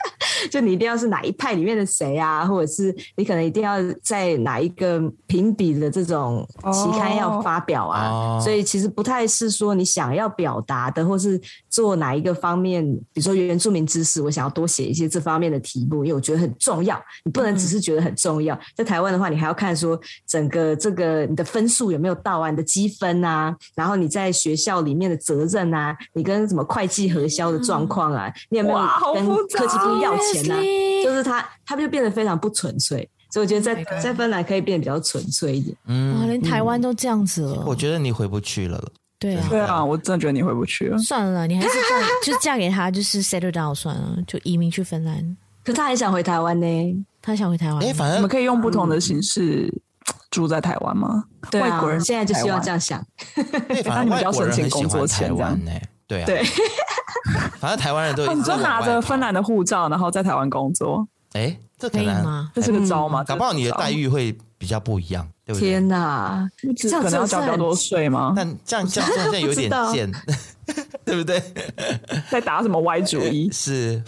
C: 就你一定要是哪一派里面的谁啊，或者是你可能一定要在哪一个评比的这种期刊要发表啊，
B: 哦
C: 所以其实不太是说你想要表达的，或是做哪一个方面，比如说原住民知识，我想要多写一些这方面的题目，因为我觉得很重要。你不能只是觉得很重要，在台湾的话，你还要看说整个这个你的分数有没有到啊，你的积分啊，然后你在学校里面的责任啊，你跟什么会计核销的状况啊，你有没有
D: 哇好
C: 跟
D: 复杂
C: 科技部要钱啊？
A: Seriously？
C: 就是他，他就变得非常不纯粹。所以我觉得在
A: Oh my god
C: 在芬兰可以变得比较纯粹一点。
A: 哇，
B: 嗯，
A: 连台湾都这样子了。
B: 我觉得你回不去了。
A: 对
B: 嗯
A: 啊，
D: 对啊，我真的觉得你回不去了。
A: 算了，你还是嫁， 就嫁给他，就是 settle down 算了，就移民去芬兰。
C: 可他很想回台湾呢，
A: 他想回台湾吗，
B: 哎，反
D: 我
B: 正
D: 们可以用不同的形式住在台湾吗？
C: 对
D: 外
C: 啊
D: 国，人
C: 现在就希望这
D: 在台湾
C: 样想。
B: 对，哎反正
D: 那你
B: 外
D: 比较
B: 国人很喜
D: 省钱工
B: 欢
D: 作钱
B: 台
D: 这样
B: 湾呢。对啊，
C: 对，
B: 反正台湾 人都已
D: 你
B: 经
D: 就
B: 在
D: 拿着芬
B: 了。
D: 兰的护照，然后在台湾工作，
B: 哎，这可
A: 可以
B: 能哎
A: 吗？
D: 这是个招吗？
B: 嗯搞不好你的待遇会比比较不一样，对不对？
C: 天哪，这
D: 这是招
C: 样
D: 可
C: 真
D: 能要
C: 的
D: 交比较多
C: 是
D: 税吗？
B: 但这样这样这样这样有点
C: 不知道
B: 贱， 对不对？
D: 在打什么歪主意？
B: 是。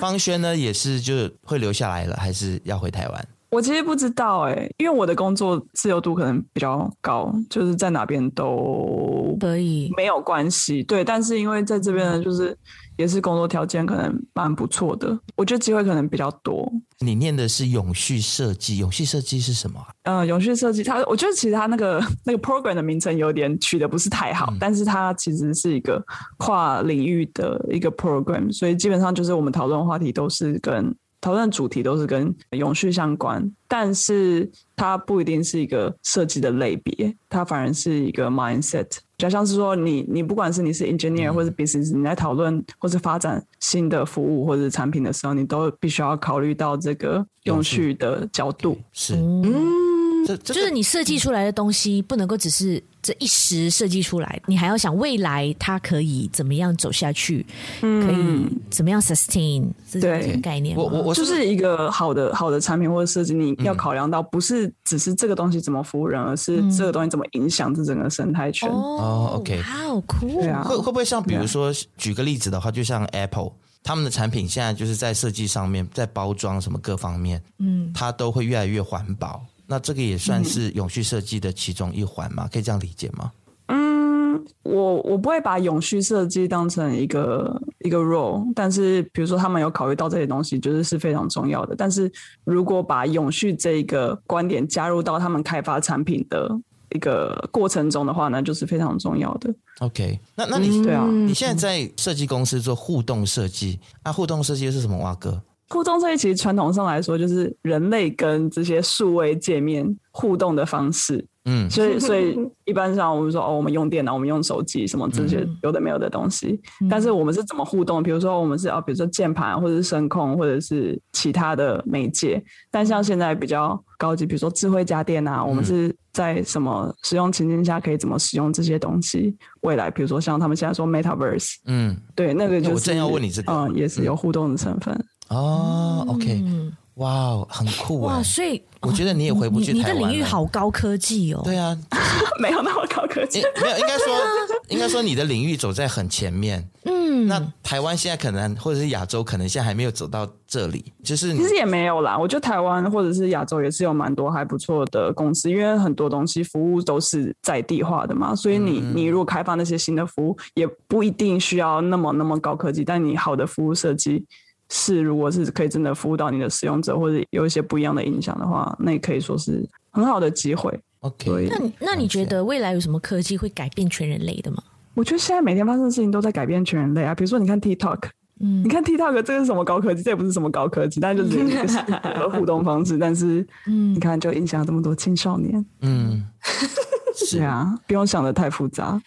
B: 方轩呢，也是就是会留下来了，还是要回台湾？
D: 我其实不知道哎、因为我的工作自由度可能比较高，就是在哪边都
A: 可以，
D: 没有关系。对，但是因为在这边呢，就是也是工作条件可能蛮不错的，我觉得机会可能比较多。
B: 你念的是永续设计，永续设计是什么啊？
D: 嗯，永续设计，它我觉得其实它那个那个 program 的名称有点取得不是太好，但是它其实是一个跨领域的一个 program，所以基本上就是我们讨论的话题都是跟讨论的主题都是跟永续相关，但是它不一定是一个设计的类别，它反而是一个 mindset。比较像是说你你不管是你是 engineer 或是 business，你在讨论或是发展新的服务或者是产品的时候，你都必须要考虑到这个用续的角度。
B: 是，
A: 嗯，
B: 这这
A: 就是你设计出来的东西不能够只是这一时设计出来，你还要想未来它可以怎么样走下去，可以怎么样 sustain，这是
D: 对
A: 这个概念吗。
B: 嗯我我我
D: 就是是一个好的好的产品或者设计，你要考量到不是只是这个东西怎么服务人，而是这个东西怎么影响这整个生态圈。
B: 嗯哦，OK
A: 好酷
D: 对，啊
B: 会会不会像比如说举个例子的话，就像 Apple 他们的产品现在就是在设计上面，在包装什么各方面，
A: 嗯，
B: 它都会越来越环保。那这个也算是永续设计的其中一环嘛？可以这样理解吗？
D: 嗯，我我不会把永续设计当成一个一个 role，但是比如说他们有考虑到这些东西，就是是非常重要的。但是如果把永续这一个观点加入到他们开发产品的一个过程中的话呢，就是非常重要的。
B: OK，那那你、
D: 对啊
A: 嗯
B: 你现在在设计公司做互动设计，那、互动设计又是什么？蛙哥，
D: 互动这一其实传统上来说，就是人类跟这些数位界面互动的方式。
B: 嗯，
D: 所以，所以一般上我们说哦，我们用电脑，我们用手机，什么这
B: 嗯
D: 些有的没有的东西。但是我们是怎么互动？比如说我们是啊，比如说键盘，或者是声控，或者是其他的媒介。但像现在比较高级，比如说智慧家电啊，我
B: 嗯
D: 们是在什么使用情境下可以怎么使用这些东西？未来，比如说像他们现在说 Metaverse，
B: 嗯，
D: 对，那个就是
B: 我正要问你这个
D: 嗯，也是有互动的成分。
B: 哦，OK，哇哦，很酷
A: 嗯
B: 哎、
A: 哇，所以哦
B: 我觉得你也回不去
A: 你你
B: 台
A: 的
B: 湾
A: 领域
B: 了
A: 好高科技哦。
B: 对啊，
D: 没有那么高科技
B: 应。没有，应该说，应该说你的领域走在很前面。嗯，那台湾现在可能，或者是亚洲可能现在还没有走到这里，就是你
D: 其实也没有啦，我觉得台湾或者是亚洲也是有蛮多还不错的公司，因为很多东西服务都是在地化的嘛，所以你你如果开发那些新的服务，也不一定需要那么那么高科技，但你好的服务设计是如果是可以真的服务到你的使用者，或者有一些不一样的影响的话，那也可以说是很好的机会。所
B: OK
D: 以
A: 那你那你觉得未来有什么科技会改变全人类的吗？
D: 我觉得现在每天发生的事情都在改变全人类啊，比如说你看 TikTok。
A: 嗯
D: 你看 TikTok 这个是什么高科技？这也不是什么高科技， 但就是一个是一个互动方式。但是，
A: 嗯
D: 你看就影响这么多青少年，
B: 嗯，
D: 对啊，不用想的太复杂。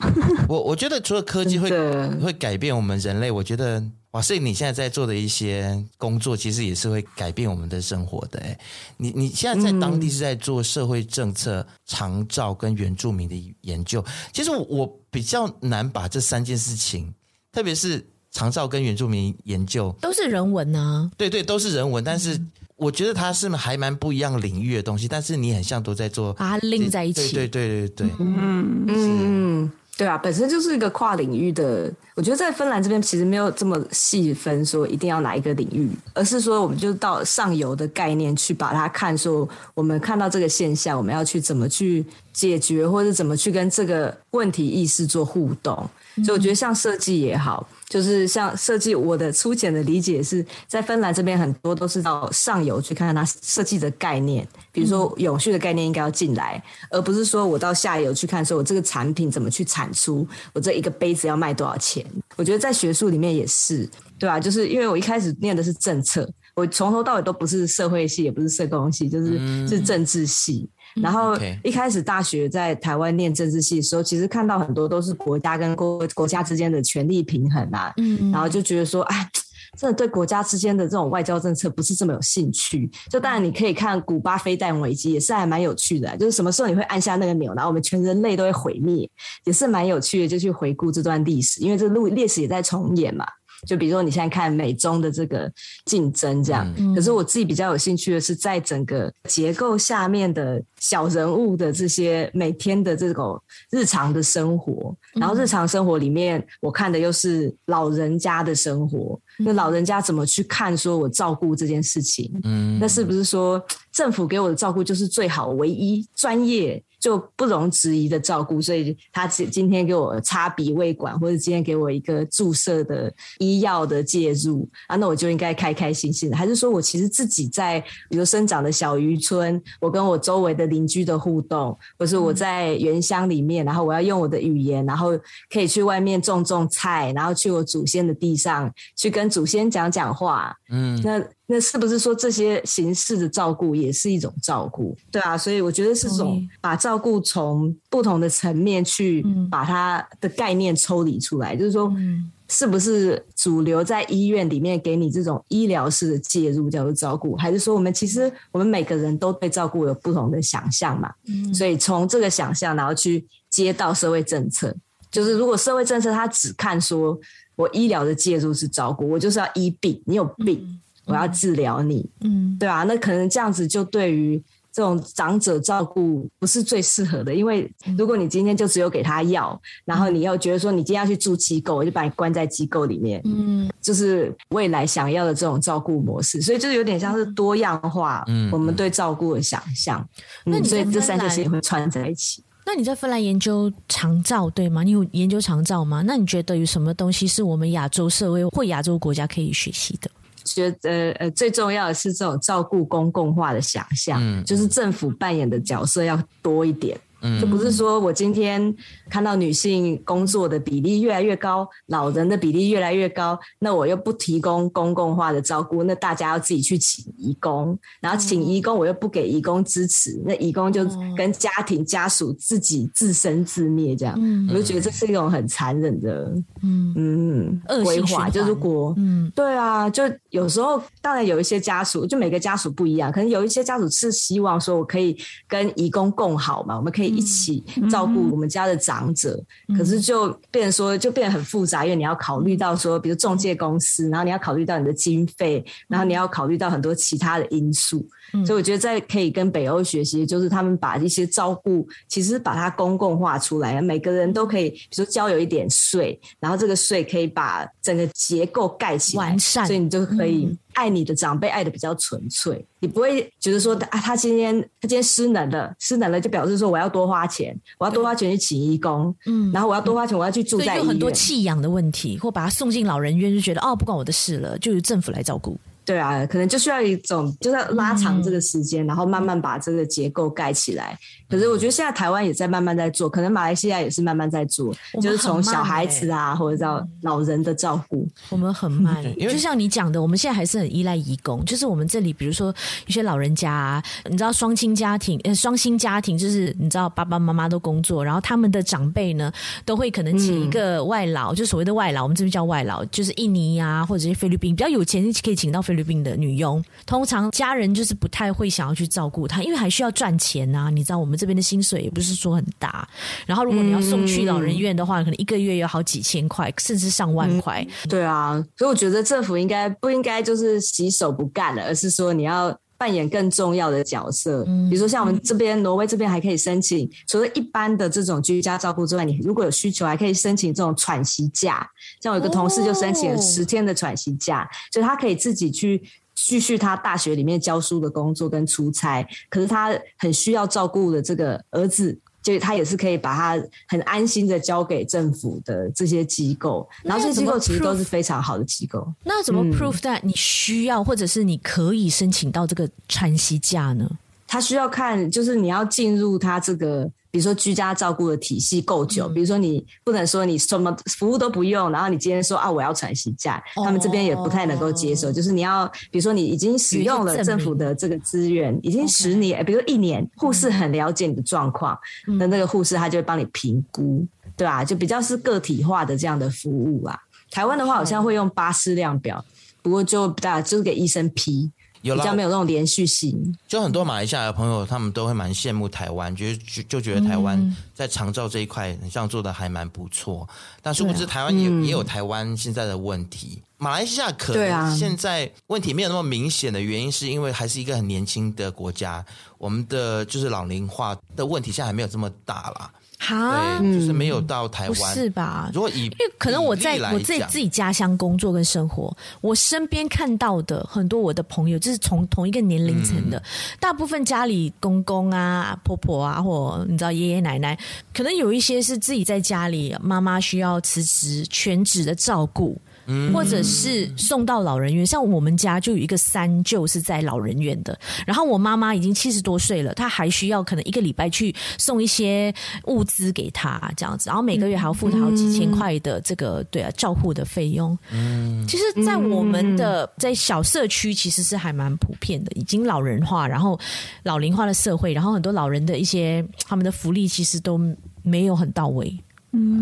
B: 我我觉得除了科技会
C: 真的
B: 会改变我们人类，我觉得哇塞，你现在在做的一些工作，其实也是会改变我们的生活的。哎，你你现在在当地是在做社会政策、长照跟原住民的研究，其实我我比较难把这三件事情，特别是长照跟原住民研究，
A: 都是人文啊，
B: 对对，都是人文，但是我觉得它是还蛮不一样领域的东西，但是你很像都在做
A: 把它拎在一起。
B: 对对对对对，
D: 嗯，
C: 嗯，嗯，对啊，本身就是一个跨领域的。我觉得在芬兰这边其实没有这么细分，说一定要哪一个领域，而是说我们就到上游的概念去把它看，说我们看到这个现象，我们要去怎么去解决，或者怎么去跟这个问题意识做互动。所以我觉得像设计也好，就是像设计，我的粗浅的理解是在芬兰这边很多都是到上游去看看它设计的概念，比如说永续的概念应该要进来，而不是说我到下游去看说我这个产品怎么去产出，我这一个杯子要卖多少钱。我觉得在学术里面也是，对吧、就是因为我一开始念的是政策，我从头到尾都不是社会系，也不是社工系，就是、是政治系。然后
B: OK
C: 一开始大学在台湾念政治系的时候，其实看到很多都是国家跟国国家之间的权力平衡啊，
A: 嗯
C: 然后就觉得说，哎。真的对国家之间的这种外交政策不是这么有兴趣，就当然你可以看古巴飞弹危机，也是还蛮有趣的啊、就是什么时候你会按下那个钮，然后我们全人类都会毁灭，也是蛮有趣的，就去回顾这段历史，因为这路历史也在重演嘛。就比如说你现在看美中的这个竞争这样，可是我自己比较有兴趣的是在整个结构下面的小人物的这些每天的这种日常的生活，然后日常生活里面我看的又是老人家的生活，那老人家怎么去看说我照顾这件事情，
B: 嗯
C: 那是不是说政府给我的照顾就是最好、唯一、专业就不容置疑的照顾？所以他今今天给我插鼻胃管，或者今天给我一个注射的医药的介入啊，那我就应该开开心心的。还是说我其实自己在，比如生长的小渔村，我跟我周围的邻居的互动，或是
B: 嗯
C: 我在原乡里面，然后我要用我的语言，然后可以去外面种种菜，然后去我祖先的地上去跟祖先讲讲话。嗯，那那是不是说这些形式的照顾也是一种照顾？对啊，所以我觉得是
A: 同
C: 种
A: 意
C: 把照顾从不同的层面去
A: 嗯
C: 把它的概念抽离出来，就是说。
A: 嗯
C: 是不是主流在医院里面给你这种医疗式的介入叫做照顾，还是说我们其实我们每个人都对照顾有不同的想象嘛？
A: 嗯
C: 所以从这个想象，然后去接到社会政策，就是如果社会政策它只看说我医疗的介入是照顾，我就是要医病，你有病，我要治疗你，
A: 嗯
C: 对啊，那可能这样子就对于这种长者照顾不是最适合的，因为如果你今天就只有给他药，然后你又觉得说你今天要去住机构，我就把你关在机构里面，
A: 嗯
C: 就是未来想要的这种照顾模式，所以就是有点像是多样化，
B: 嗯
C: 我们对照顾的想象，
A: 那
C: 嗯，
A: 你
C: 所以
A: 在
C: 这
A: 芬
C: 三件
A: 兰
C: 事情会串在一起。
A: 那你在芬兰研究长照对吗？你有研究长照吗？那你觉得有什么东西是我们亚洲社会或亚洲国家可以学习的？
C: 觉得呃，最重要的是这种照顾公共化的想象，
B: 嗯
C: 就是政府扮演的角色要多一点。就不是说我今天看到女性工作的比例越来越高，老人的比例越来越高，那我又不提供公共化的照顾，那大家要自己去请义工，然后请义工我又不给义工支持，那义工就
A: 嗯
C: 跟家庭家属自己自生自灭这样，
A: 嗯
C: 我就觉得这是一种很残忍的
A: 嗯
C: 嗯
A: 恶性
C: 规
A: 循
C: 划，
A: 环
C: 就如果
A: 嗯
C: 对啊，就有时候当然有一些家属，就每个家属不一样，可能有一些家属是希望说我可以跟义工共好嘛，我们可以一起照顾我们家的长者。可
A: 嗯
C: 是就变成说，就变得很复杂，因为你要考虑到说，比如中介公司，然后你要考虑到你的经费，然后你要考虑到很多其他的因素。
A: 嗯
C: 所以我觉得在可以跟北欧学习，就是他们把一些照顾，其实把它公共化出来，每个人都可以，比如说交有一点税，然后这个税可以把整个结构盖起来，
A: 完善
C: 所以你就可
A: 嗯
C: 以爱你的长辈爱的比较纯粹，你不会觉得说啊，他今天他今天失能了，失能了就表示说我要多花钱，我要多花钱去请义工，
A: 嗯，
C: 然后我要多花钱，我要去住
A: 所以
C: 在
A: 就
C: 医
A: 很多
C: 院。
A: 弃养的问题，或把他送进老人院，就觉得哦，不关我的事了，就由政府来照顾。
C: 对啊，可能就需要一种，就是要拉
A: 嗯
C: 长这个时间，然后慢慢把这个结构盖起来。可是我觉得现在台湾也在慢慢在做，可能马来西亚也是慢慢在做，
A: 我们
C: 就是从
A: 很慢欸嗯
C: 小孩子啊，或者到老人的照顾。
A: 我们很慢
B: 对，因为
A: 就像你讲的，我们现在还是很依赖义工。就是我们这里，比如说有些老人家、啊，你知道双亲家庭，呃，双薪家庭就是你知道爸爸妈妈都工作，然后他们的长辈呢都会可能请一个外
B: 嗯
A: 劳，就所谓的外劳，我们这边叫外劳，就是印尼啊或者是菲律宾比较有钱，可以请到菲律宾的女佣。通常家人就是不太会想要去照顾他，因为还需要赚钱啊。你知道我们这边的薪水也不是说很大，然后如果你要送去老人院的话，可能一个月有好几千块，甚至上
B: 嗯
A: 万块。
C: 对啊，所以我觉得政府应该不应该就是洗手不干了，而是说你要。扮演更重要的角色，比如说像我们这边挪威这边还可以申请，除了一般的这种居家照顾之外，你如果有需求，还可以申请这种喘息假。像我有一个同事就申请了
A: 哦
C: 十天的喘息假，就他可以自己去继续他大学里面教书的工作跟出差，可是他很需要照顾的这个儿子。就他也是可以把他很安心的交给政府的这些机构，然后这些机构其实都是非常好的机构。
A: 那怎么
C: 嗯
A: proof that 你需要或者是你可以申请到这个喘息假呢？
C: 他需要看，就是你要进入他这个，比如说居家照顾的体系够久，比如说你不能说你什么服务都不用，然后你今天说啊我要喘息假，
A: 哦
C: 他们这边也不太能够接受。就是你要，比如说你已经使用
A: 比如
C: 了
A: 说证
C: 政
A: 明
C: 府的这个资源，已经十年，呃比如说一年，护士很了解你的状况，那那个护士他就会帮你评估，对吧、就比较是个体化的这样的服务啊。台湾的话好像会用巴士量表，不过就大就是给医生批，
B: 有
C: 比
B: 啦
C: 较没，有那种连续性。
B: 就很多马来西亚的朋友，他们都会蛮羡慕台湾，就是就就觉得台湾在长照这一块，你这样做的还蛮不错。但殊不知，台湾也、也有台湾现在的问题。马来西亚可
C: 对
B: 能
C: 啊
B: 现在问题没有那么明显的原因，是因为还是一个很年轻的国家，我们的就是老龄化的问题现在还没有这么大啦。
A: 哈，
B: 对，就是没有到台
A: 不
B: 湾。
A: 是吧？
B: 如果以因
A: 啊嗯因为可能我在我
B: 自
A: 在
B: 己。
A: 自己家乡工作跟生活，我身边看到的很多我的朋友，就是从同一个年龄层的，
B: 嗯
A: 大部分家里公公啊、婆婆啊，或你知道爷爷奶奶，可能有一些是自己在家里，妈妈需要辞职全职的照顾。
B: 嗯
A: 或者是送到老人院。像我们家就有一个三舅是在老人院的，然后我妈妈已经七十多岁了，她还需要可能一个礼拜去送一些物资给她这样子，然后每个月还要付她好几千块的这个对啊照护的费用。嗯，其实，在我们的在小社区其实是还蛮普遍的，已经老人化，然后老龄化的社会，然后很多老人的一些他们的福利其实都没有很到位。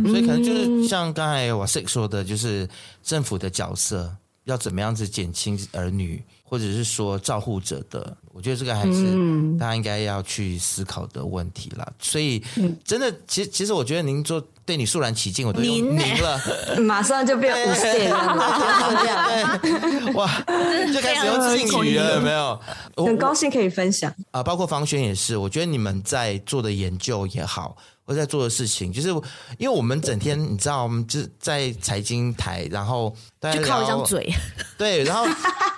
B: 所以可能就是像刚才瓦 six 说的，就是政府的角色要怎么样子减轻儿女或者是说照护者的，我觉得这个还
A: 嗯
B: 是大家应该要去思考的问题啦。所以
A: 嗯
B: 真的，其实其实我觉得您做对你肃然起敬，我都用
A: 您呢
B: 您 了，
C: 马上就变五岁了，
B: 对，哇，就开始用敬语了，有没有？我
C: 很高兴可以分享。
B: 啊，包括方轩也是，我觉得你们在做的研究也好，或者在做的事情，就是因为我们整天你知道，我们就是在财经台，然后大家
A: 就靠一张
B: 聊，
A: 嘴，
B: 对，然后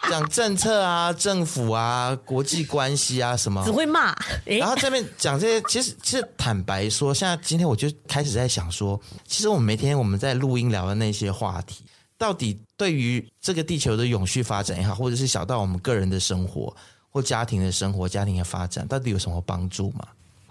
B: 讲政策啊、政府啊、国际关系啊 什么
A: 只。会骂。诶
B: 然后这边 讲这些，其实其实坦白说，现在今天我就开始在想说，其实我们每天我们在录音聊的那些话题，到底对于这个地球的永续发展也好，或者是小到我们个人的生活或家庭的生活、家庭的发展，到底有什么帮助吗？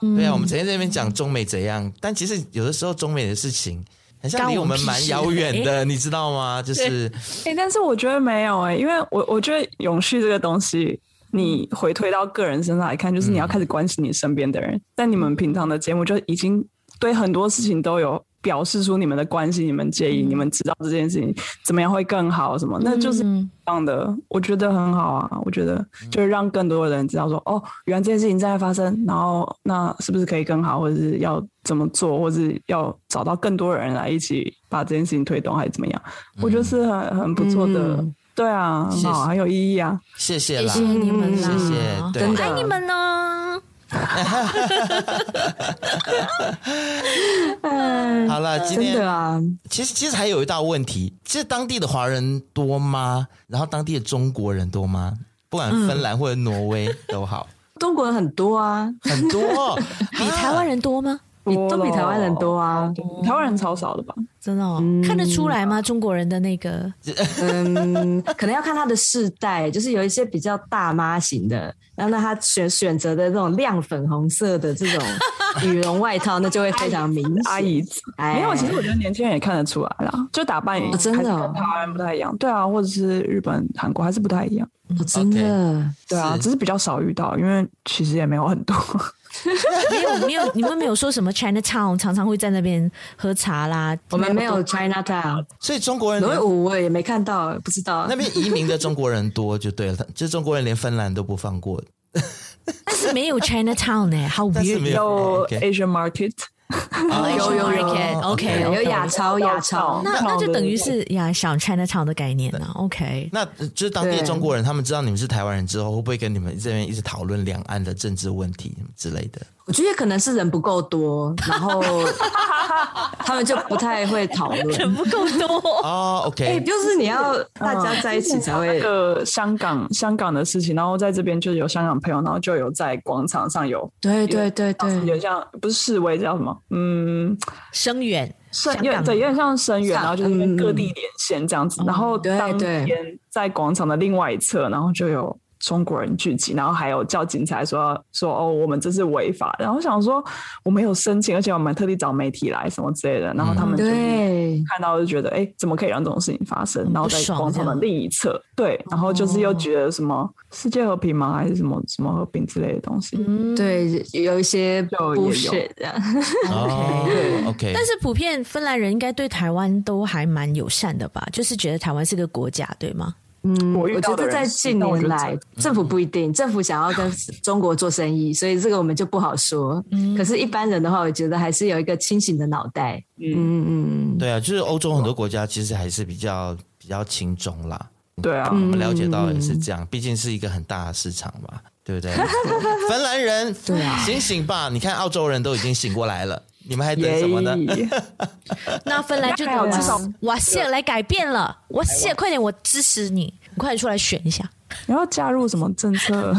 A: 嗯
B: 对啊，我们整天在那边讲中美怎样，但其实有的时候中美的事情，很像离我们蛮遥远的，你知道吗？就是
D: 哎、但是我觉得没有哎、因为我我觉得永续这个东西，你回推到个人身上来看，就是你
A: 嗯
D: 要开始关心你身边的人。但你们平常的节目就已经对很多事情都有表示出你们的关心、你们介
A: 嗯
D: 意、你们知道这件事情怎么样会更好什么，那就是
A: 嗯
D: 这样的，我觉得很好啊。我觉得就是让更多的人知道说，哦，原来这件事情正在发生，然后那是不是可以更好，或者是要怎么做，或者是要找到更多人来一起把这件事情推动，还是怎么样？我觉得是很很不错的，
C: 嗯
D: 对啊，很
B: 谢
D: 好，很有意义啊。
B: 谢谢
A: 谢
B: 啦
A: 谢，你们啦，
B: 谢谢
C: 嗯
B: 对
A: 我爱你们啊呢。
B: 好了，今
C: 真
B: 天
C: 的啊，
B: 其实其实还有一道问题，是当地的华人多吗？然后当地的中国人多吗？不管芬兰或者挪威都好，
C: 中国人 很多啊，
B: 很多哦、
A: 比台湾人多吗？
C: 比都比台湾人多啊。
D: 对，台湾人超少的吧？
A: 真的、哦看得出来吗？中国人的那个
C: 嗯，可能要看他的世代，就是有一些比较大妈型的，然后那他选选择的这种亮粉红色的这 种羽绒外套，那就会非常明显。
D: 阿姨子，
C: 哎
D: 没有，其实我觉得年轻人也看得出来啦，就打扮也
C: 哦真的哦
D: 还是跟台湾人不太一样。对啊，或者是日本、韩国还是不太一样。
C: 哦真的，
D: 对啊，
B: 是
D: 只是比较少遇到，因为其实也没有很多。
A: 没有没有， 你们没有说什么 China Town 常常会在那边喝茶啦。
C: 我们没有 China Town，
B: 所以中国人
C: 挪威
B: 连
C: 舞我也没看到，不知道
B: 那。边移民的中国人多就对了，就是中国人连芬兰都不放过，
A: 但是没有 China Town 呢、好 w
B: 但
A: e
B: 是
A: i
B: 没有
D: 有
B: OK
D: Asian Market，
B: 哦
C: 有有有
A: OK，
C: 有亚超亚超，
A: 那那就等于是呀，小 China Town 的概念呢、OK，
B: 那呃就是当地的
C: 对
B: 中国人，他们知道你们是台湾人之后，会不会跟你们这边一直讨论两岸的政治问题之类的？
C: 我觉得可能是人不够多，然 后他们就不太会讨论。
A: 不够多。
B: 哦
C: 哎、
B: ，OK，
C: 就是你要大家在一起才
D: 那
C: 会。
D: 个香港香港的事情，然后在这边就有香港朋友，然后就有在广场上有
C: 对对对对，
D: 有像不是示威叫什么？嗯，
A: 声援
D: 声
A: 香
D: 有
A: 港嗯
D: 对，有点像声援，
C: 上
D: 然后就是跟各地连线这样子。
A: 哦
D: 然后
C: 对
D: 当
C: 对
D: 天在广场的另外一侧，然后就有中国人聚集，然后还有叫警察说说哦，我们这是违法的。然后想说我没有申请，而且我们特地找媒体来什么之类的。然后他
A: 嗯
D: 们就
C: 对，
D: 看到就觉得，哎、怎么可以让这种事情发生？然后在
A: 爽
D: 广场的
A: 这样
D: 另一侧，对，然后就是又觉得什么世界和平吗？还是什么什么和平之类的东西？
A: 嗯
C: 对，有一些
D: 就也有
C: bullshit 这样。
B: 哦，OK，
A: 但是普遍芬兰人应该对台湾都还蛮友善的吧？就是觉得台湾是个国家，对吗？
C: 嗯，
D: 我
C: 我
D: 遇到
C: 觉
D: 的
C: 得
D: 人
C: 在
D: 是
C: 近
D: 但我觉
C: 年
D: 得
C: 来，政府不一定，政府想要跟中国做生意，所以这个我们就不好说。
D: 嗯
C: 可是，一般人的话，我觉得还是有一个清醒的脑袋。嗯嗯嗯，
B: 对啊，就是欧洲很多国家其实还是比较比较轻中啦。
D: 对啊，
B: 我们了解到也是这样，毕竟是一个很大的市场嘛，对不 对？芬兰人，
C: 对啊
B: 醒醒吧！你看澳洲人都已经醒过来了，你们还等
D: 耶
B: 什么呢？
A: 那芬兰就
D: 那还有
A: 瓦
D: 至少
A: 瓦谢来改变了，瓦谢，快点，我支持你，你快点出来选一下。
D: 你要加入什么政策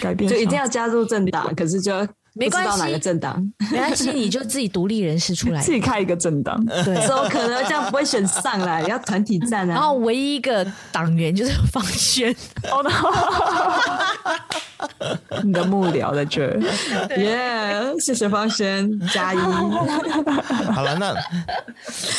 D: 改变？
C: 就一定要加入政党，可是就
A: 没关
C: 不知道哪个
A: 系，
C: 政党，
A: 没关系，你就自己独立人士出来
D: 自。己开一个政党，
A: 对，
C: 怎么可能这样不会选上来？要团体战啊！
A: 然后唯一一个党员就是方轩，
D: 哦你的幕僚在 这儿，
C: 耶谢谢方轩 加一。
B: 好了，那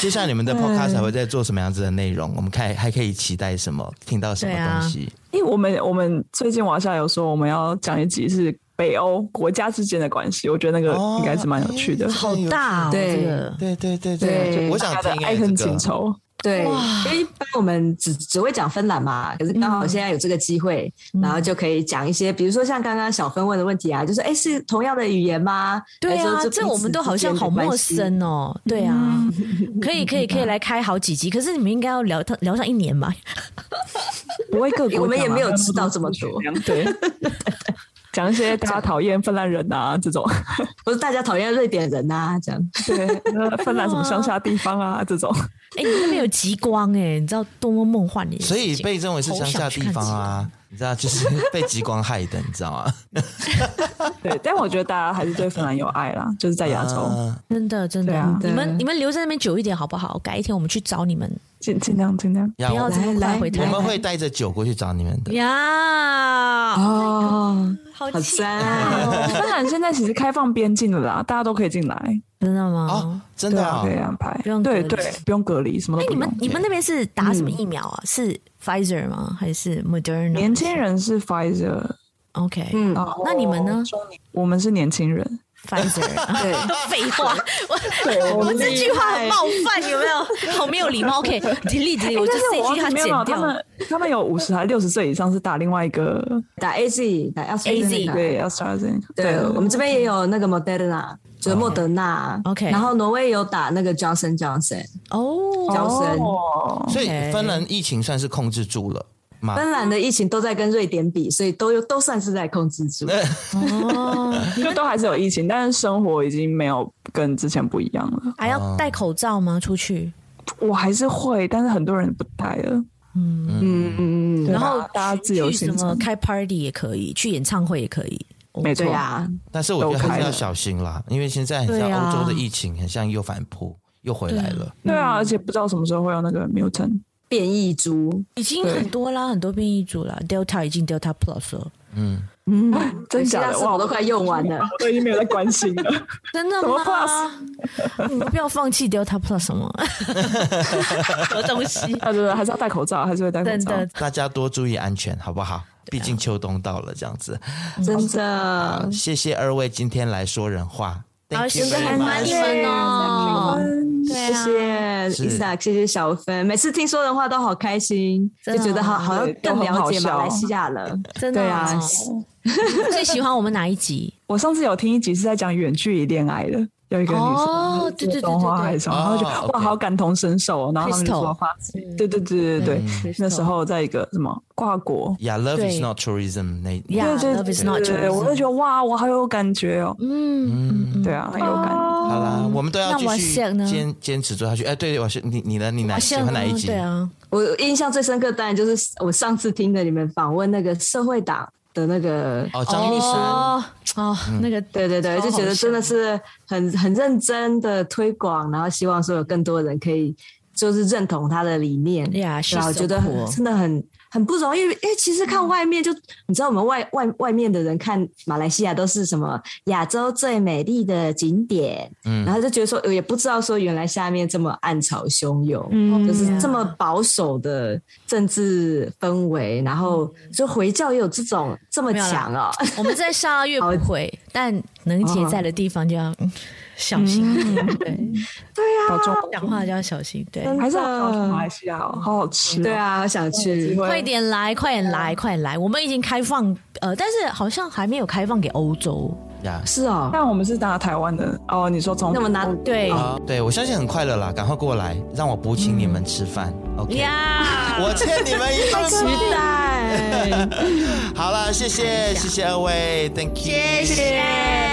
B: 接下来你们
D: 嗯
B: 的 podcast 还会再做什么样子的内容？我们看还可以期待什么，听到什么
A: 对啊
B: 东西？
D: 因为我们我们最近华夏有说我们要讲一集是北欧国家之间的关系，我觉得那个啊应该是蛮有趣的啊
B: 哦。
A: 好大哦，
C: 对
A: 这个
B: 对对对
C: 对
B: 我想
D: 大家
B: 听
D: 的
B: 哎、
D: 爱
B: 这
D: 恨
B: 个
D: 情仇，
C: 对，
A: 哇
C: 因为一般我们只只会讲芬兰嘛，可是刚
A: 嗯
C: 好现在有这个机会，然后就可以讲一些，比如说像刚刚小芬问的问题啊，就是哎，诶是同样的语言吗？
A: 对
C: 还是
A: 啊，
C: 说
A: 这
C: 彼
A: 我
C: 此
A: 们都
C: 之
A: 好像
C: 间的
A: 好
C: 关
A: 陌
C: 系。
A: 生哦。对啊，可以可以可以来开好几集，可是你们应该要聊聊上一年吧？
D: 不会各国
C: 我们也
D: 讲啊
C: 没有知道这么多，
D: 对， 讲一些大家讨厌芬兰人啊这种，
C: 不是大家讨厌瑞典人呐、这样。
D: 对， 呃芬兰什么乡下地方啊这 种，
A: 哎，你那边有极光哎，你知道多么梦幻的一件事
B: 所
A: 情，
B: 以被认为是乡下地方啊，你知道，就是 被极光害的，你知道吗？
D: 对，但我觉得大家还是对芬兰有爱啦，就是在亚洲，
B: 嗯
A: 真的真
D: 对啊
A: 的，你
C: 对
A: 们你们留在那边久一点好不好？改一天我们去找你们，
D: 尽尽量尽 量。
B: 要
A: 不要这么快
C: 来
A: 回
B: 我
A: 台
B: 们
A: 湾
B: 会带着酒过去找你们的。
D: 啊
A: 呀。
C: 哦，
A: 好
C: 好啊
A: 期
C: 赞
A: 待哦
D: 芬兰现在其实开放边境了啦，大家都可以进来，
A: 真的
B: 哦
A: 吗？，
B: 真
D: 对
B: 的
D: 啊，
B: 啊
D: 可以安排，
A: 不用
D: 对
A: 隔离
D: 对，不用隔离，什么
A: 哎
D: 都，不
A: 你
D: 用
A: 们。你们那边是打什
D: 嗯
A: 么疫苗啊？是 Pfizer 吗？还是 Moderna？
D: 年轻人是 Pfizer，
A: OK，
C: 嗯，
D: 然后
A: 那你们呢
D: 中年？我们是年轻人，
A: ？Pfizer。
C: 对，
A: 废话，我我们这句话很冒犯，有没有？好没有礼貌。OK，吉利吉利，哎我就
D: 哎但是
A: 这一
D: 我忘
A: 句
D: 记
A: 他
D: 没
A: 剪
D: 有没啊有他
A: 掉。
D: 们他们有五十还六十岁以上是打另外一个
C: 打 A Z 打 A
A: AZ
D: 对 a s t r a z e
C: 对，我们这边也有那个 Moderna，就是莫德纳。
A: OK
C: 然后挪威有打那个 Johnson Johnson。
A: 哦，
C: 交生
D: 哦
B: 所以
A: OK
B: 芬兰疫情算是控制住了
A: 啊
B: 吗？
C: 芬兰的疫情都在跟瑞典比，所以都有都算是在控制住。
A: 哦，
D: 就都还是有疫情，但是生活已经没有跟之前不一样了。
A: 还要戴口罩吗？出去？
D: 我还是会，但是很多人不戴了。
A: 嗯，
C: 嗯嗯嗯
D: 对
A: 然后
D: 吧大家自由
A: 去什
D: 行
A: 么
D: 程，
A: 开 party 也可以，去演唱会也可以。
D: 没
C: 嗯，
D: 错
C: 对，啊，
B: 但是我觉得还
D: 都开
B: 是
D: 了
B: 要小心啦，因为现在很像
A: 对啊嗯
B: 欧洲的疫情，很像又反扑又回来了。
D: 对啊，而且不知道什么时候会有那个 mutant。
C: 变异株，
A: 已经很多啦，很多变异株啦，Delta 已经 Delta Plus 了。
B: 嗯，
C: 嗯，
D: 真假
C: 我
D: 的
C: 现在是
D: 哇
C: 我都快用完了。
D: 我都已经没有在关心了。
A: 真的
D: 怎么
A: 吗？你们不要放弃 Delta Plus 什 么什么东西？
D: 啊，对对，还是要戴口罩，还是会戴口
A: 真
D: 罩。
A: 的，
B: 大家多注意安全，好不好？
A: 啊
B: 毕竟秋冬到了，这样子。
A: 嗯
C: 真
B: 好
C: 的，
B: 谢谢二位今天来说人话。
A: 好
B: Thank you
A: 谢谢
B: very
A: 很麻烦
B: much
A: 你们哦对
C: 谢
A: 啊
C: 谢
B: 是
C: Isaac，谢谢小芬，每次听说的话都好开心，
A: 真
C: 就
A: 的
C: 觉得好好像
D: 对
C: 更
D: 都很
C: 了
D: 好
C: 解
D: 笑
C: 马来西亚了。
A: 真的
C: 对
A: 啊
C: 啊！
A: 最喜欢我们哪一集？
D: 我上次有听一集是在讲远距离恋爱的，有一个女生
A: 哦
D: 就是
A: 对对对
D: 中华还是什么，然后就
B: 哦，OK
D: 哇，好感同身受哦。然后他们就
A: Crystal
D: 说发，对对对对对
A: 嗯，
D: 那时候在一个什么跨国。
B: Yeah, love is
A: 对
B: not tourism 那。
A: Yeah
D: 对对
A: love
D: 对
A: is not
D: 对对，我就觉得哇，我好有感觉哦。
A: 嗯，
B: 嗯，
A: 嗯
D: 对，啊，
C: 哦
D: 很有感。
B: 好啦，我们都要
A: 哦那
B: 继
A: 我
B: 续
A: 想呢
B: 坚坚持做下去。哎，对，我是你你呢？你哪
A: 好
B: 喜
A: 像
B: 欢哪一
A: 啊
B: 集？
A: 对啊，
C: 我印象最深刻，当然就是我上次听的你们访问那个社会党的那个
B: 哦，张医嗯生，
A: 哦哦，那个
C: 对对对，
A: 超好
C: 就觉得真的是很很认真的推广，然后希望说有更多人可以就是认同他的理念。
A: Yeah, she's
C: 对啊我
A: so
C: 觉得很
A: cool.
C: 真的很很不容易，因为因为其实看外面就、你知道我们外外外面的人看马来西亚都是什么亚洲最美丽的景点，
B: 嗯
C: 然后就觉得说呃也不知道说原来下面这么暗潮汹涌，
D: 嗯
C: 就是这
A: Yeah.
C: 么保守的政治氛围，然后就回教也有这种这么
A: 嗯没有啦
C: 强啊、
A: 我们在上个月不会，但能姐在的地方就要嗯小心，对，
D: 保重，
A: 讲话就要小心，对。
C: 真的
D: 还是好想去马来西亚哦，好好 吃。
C: 对，啊，我想去。
A: 快点来，快点来，快点来！我们已经开放，呃，但是好像还没有开放给欧洲。
B: 呀，
C: 是哦，嗯
D: 但我们是拿台湾的哦，你说从
C: 那我拿
A: 对
B: 啊，对我相信很快乐啦，赶快过来，让我补请你们吃饭。OK，
A: 嗯呀，
B: 我欠你们一 顿
C: 期
B: 饭。
C: 待。
B: 好了，谢谢谢谢二位，Thank you，
A: 谢谢。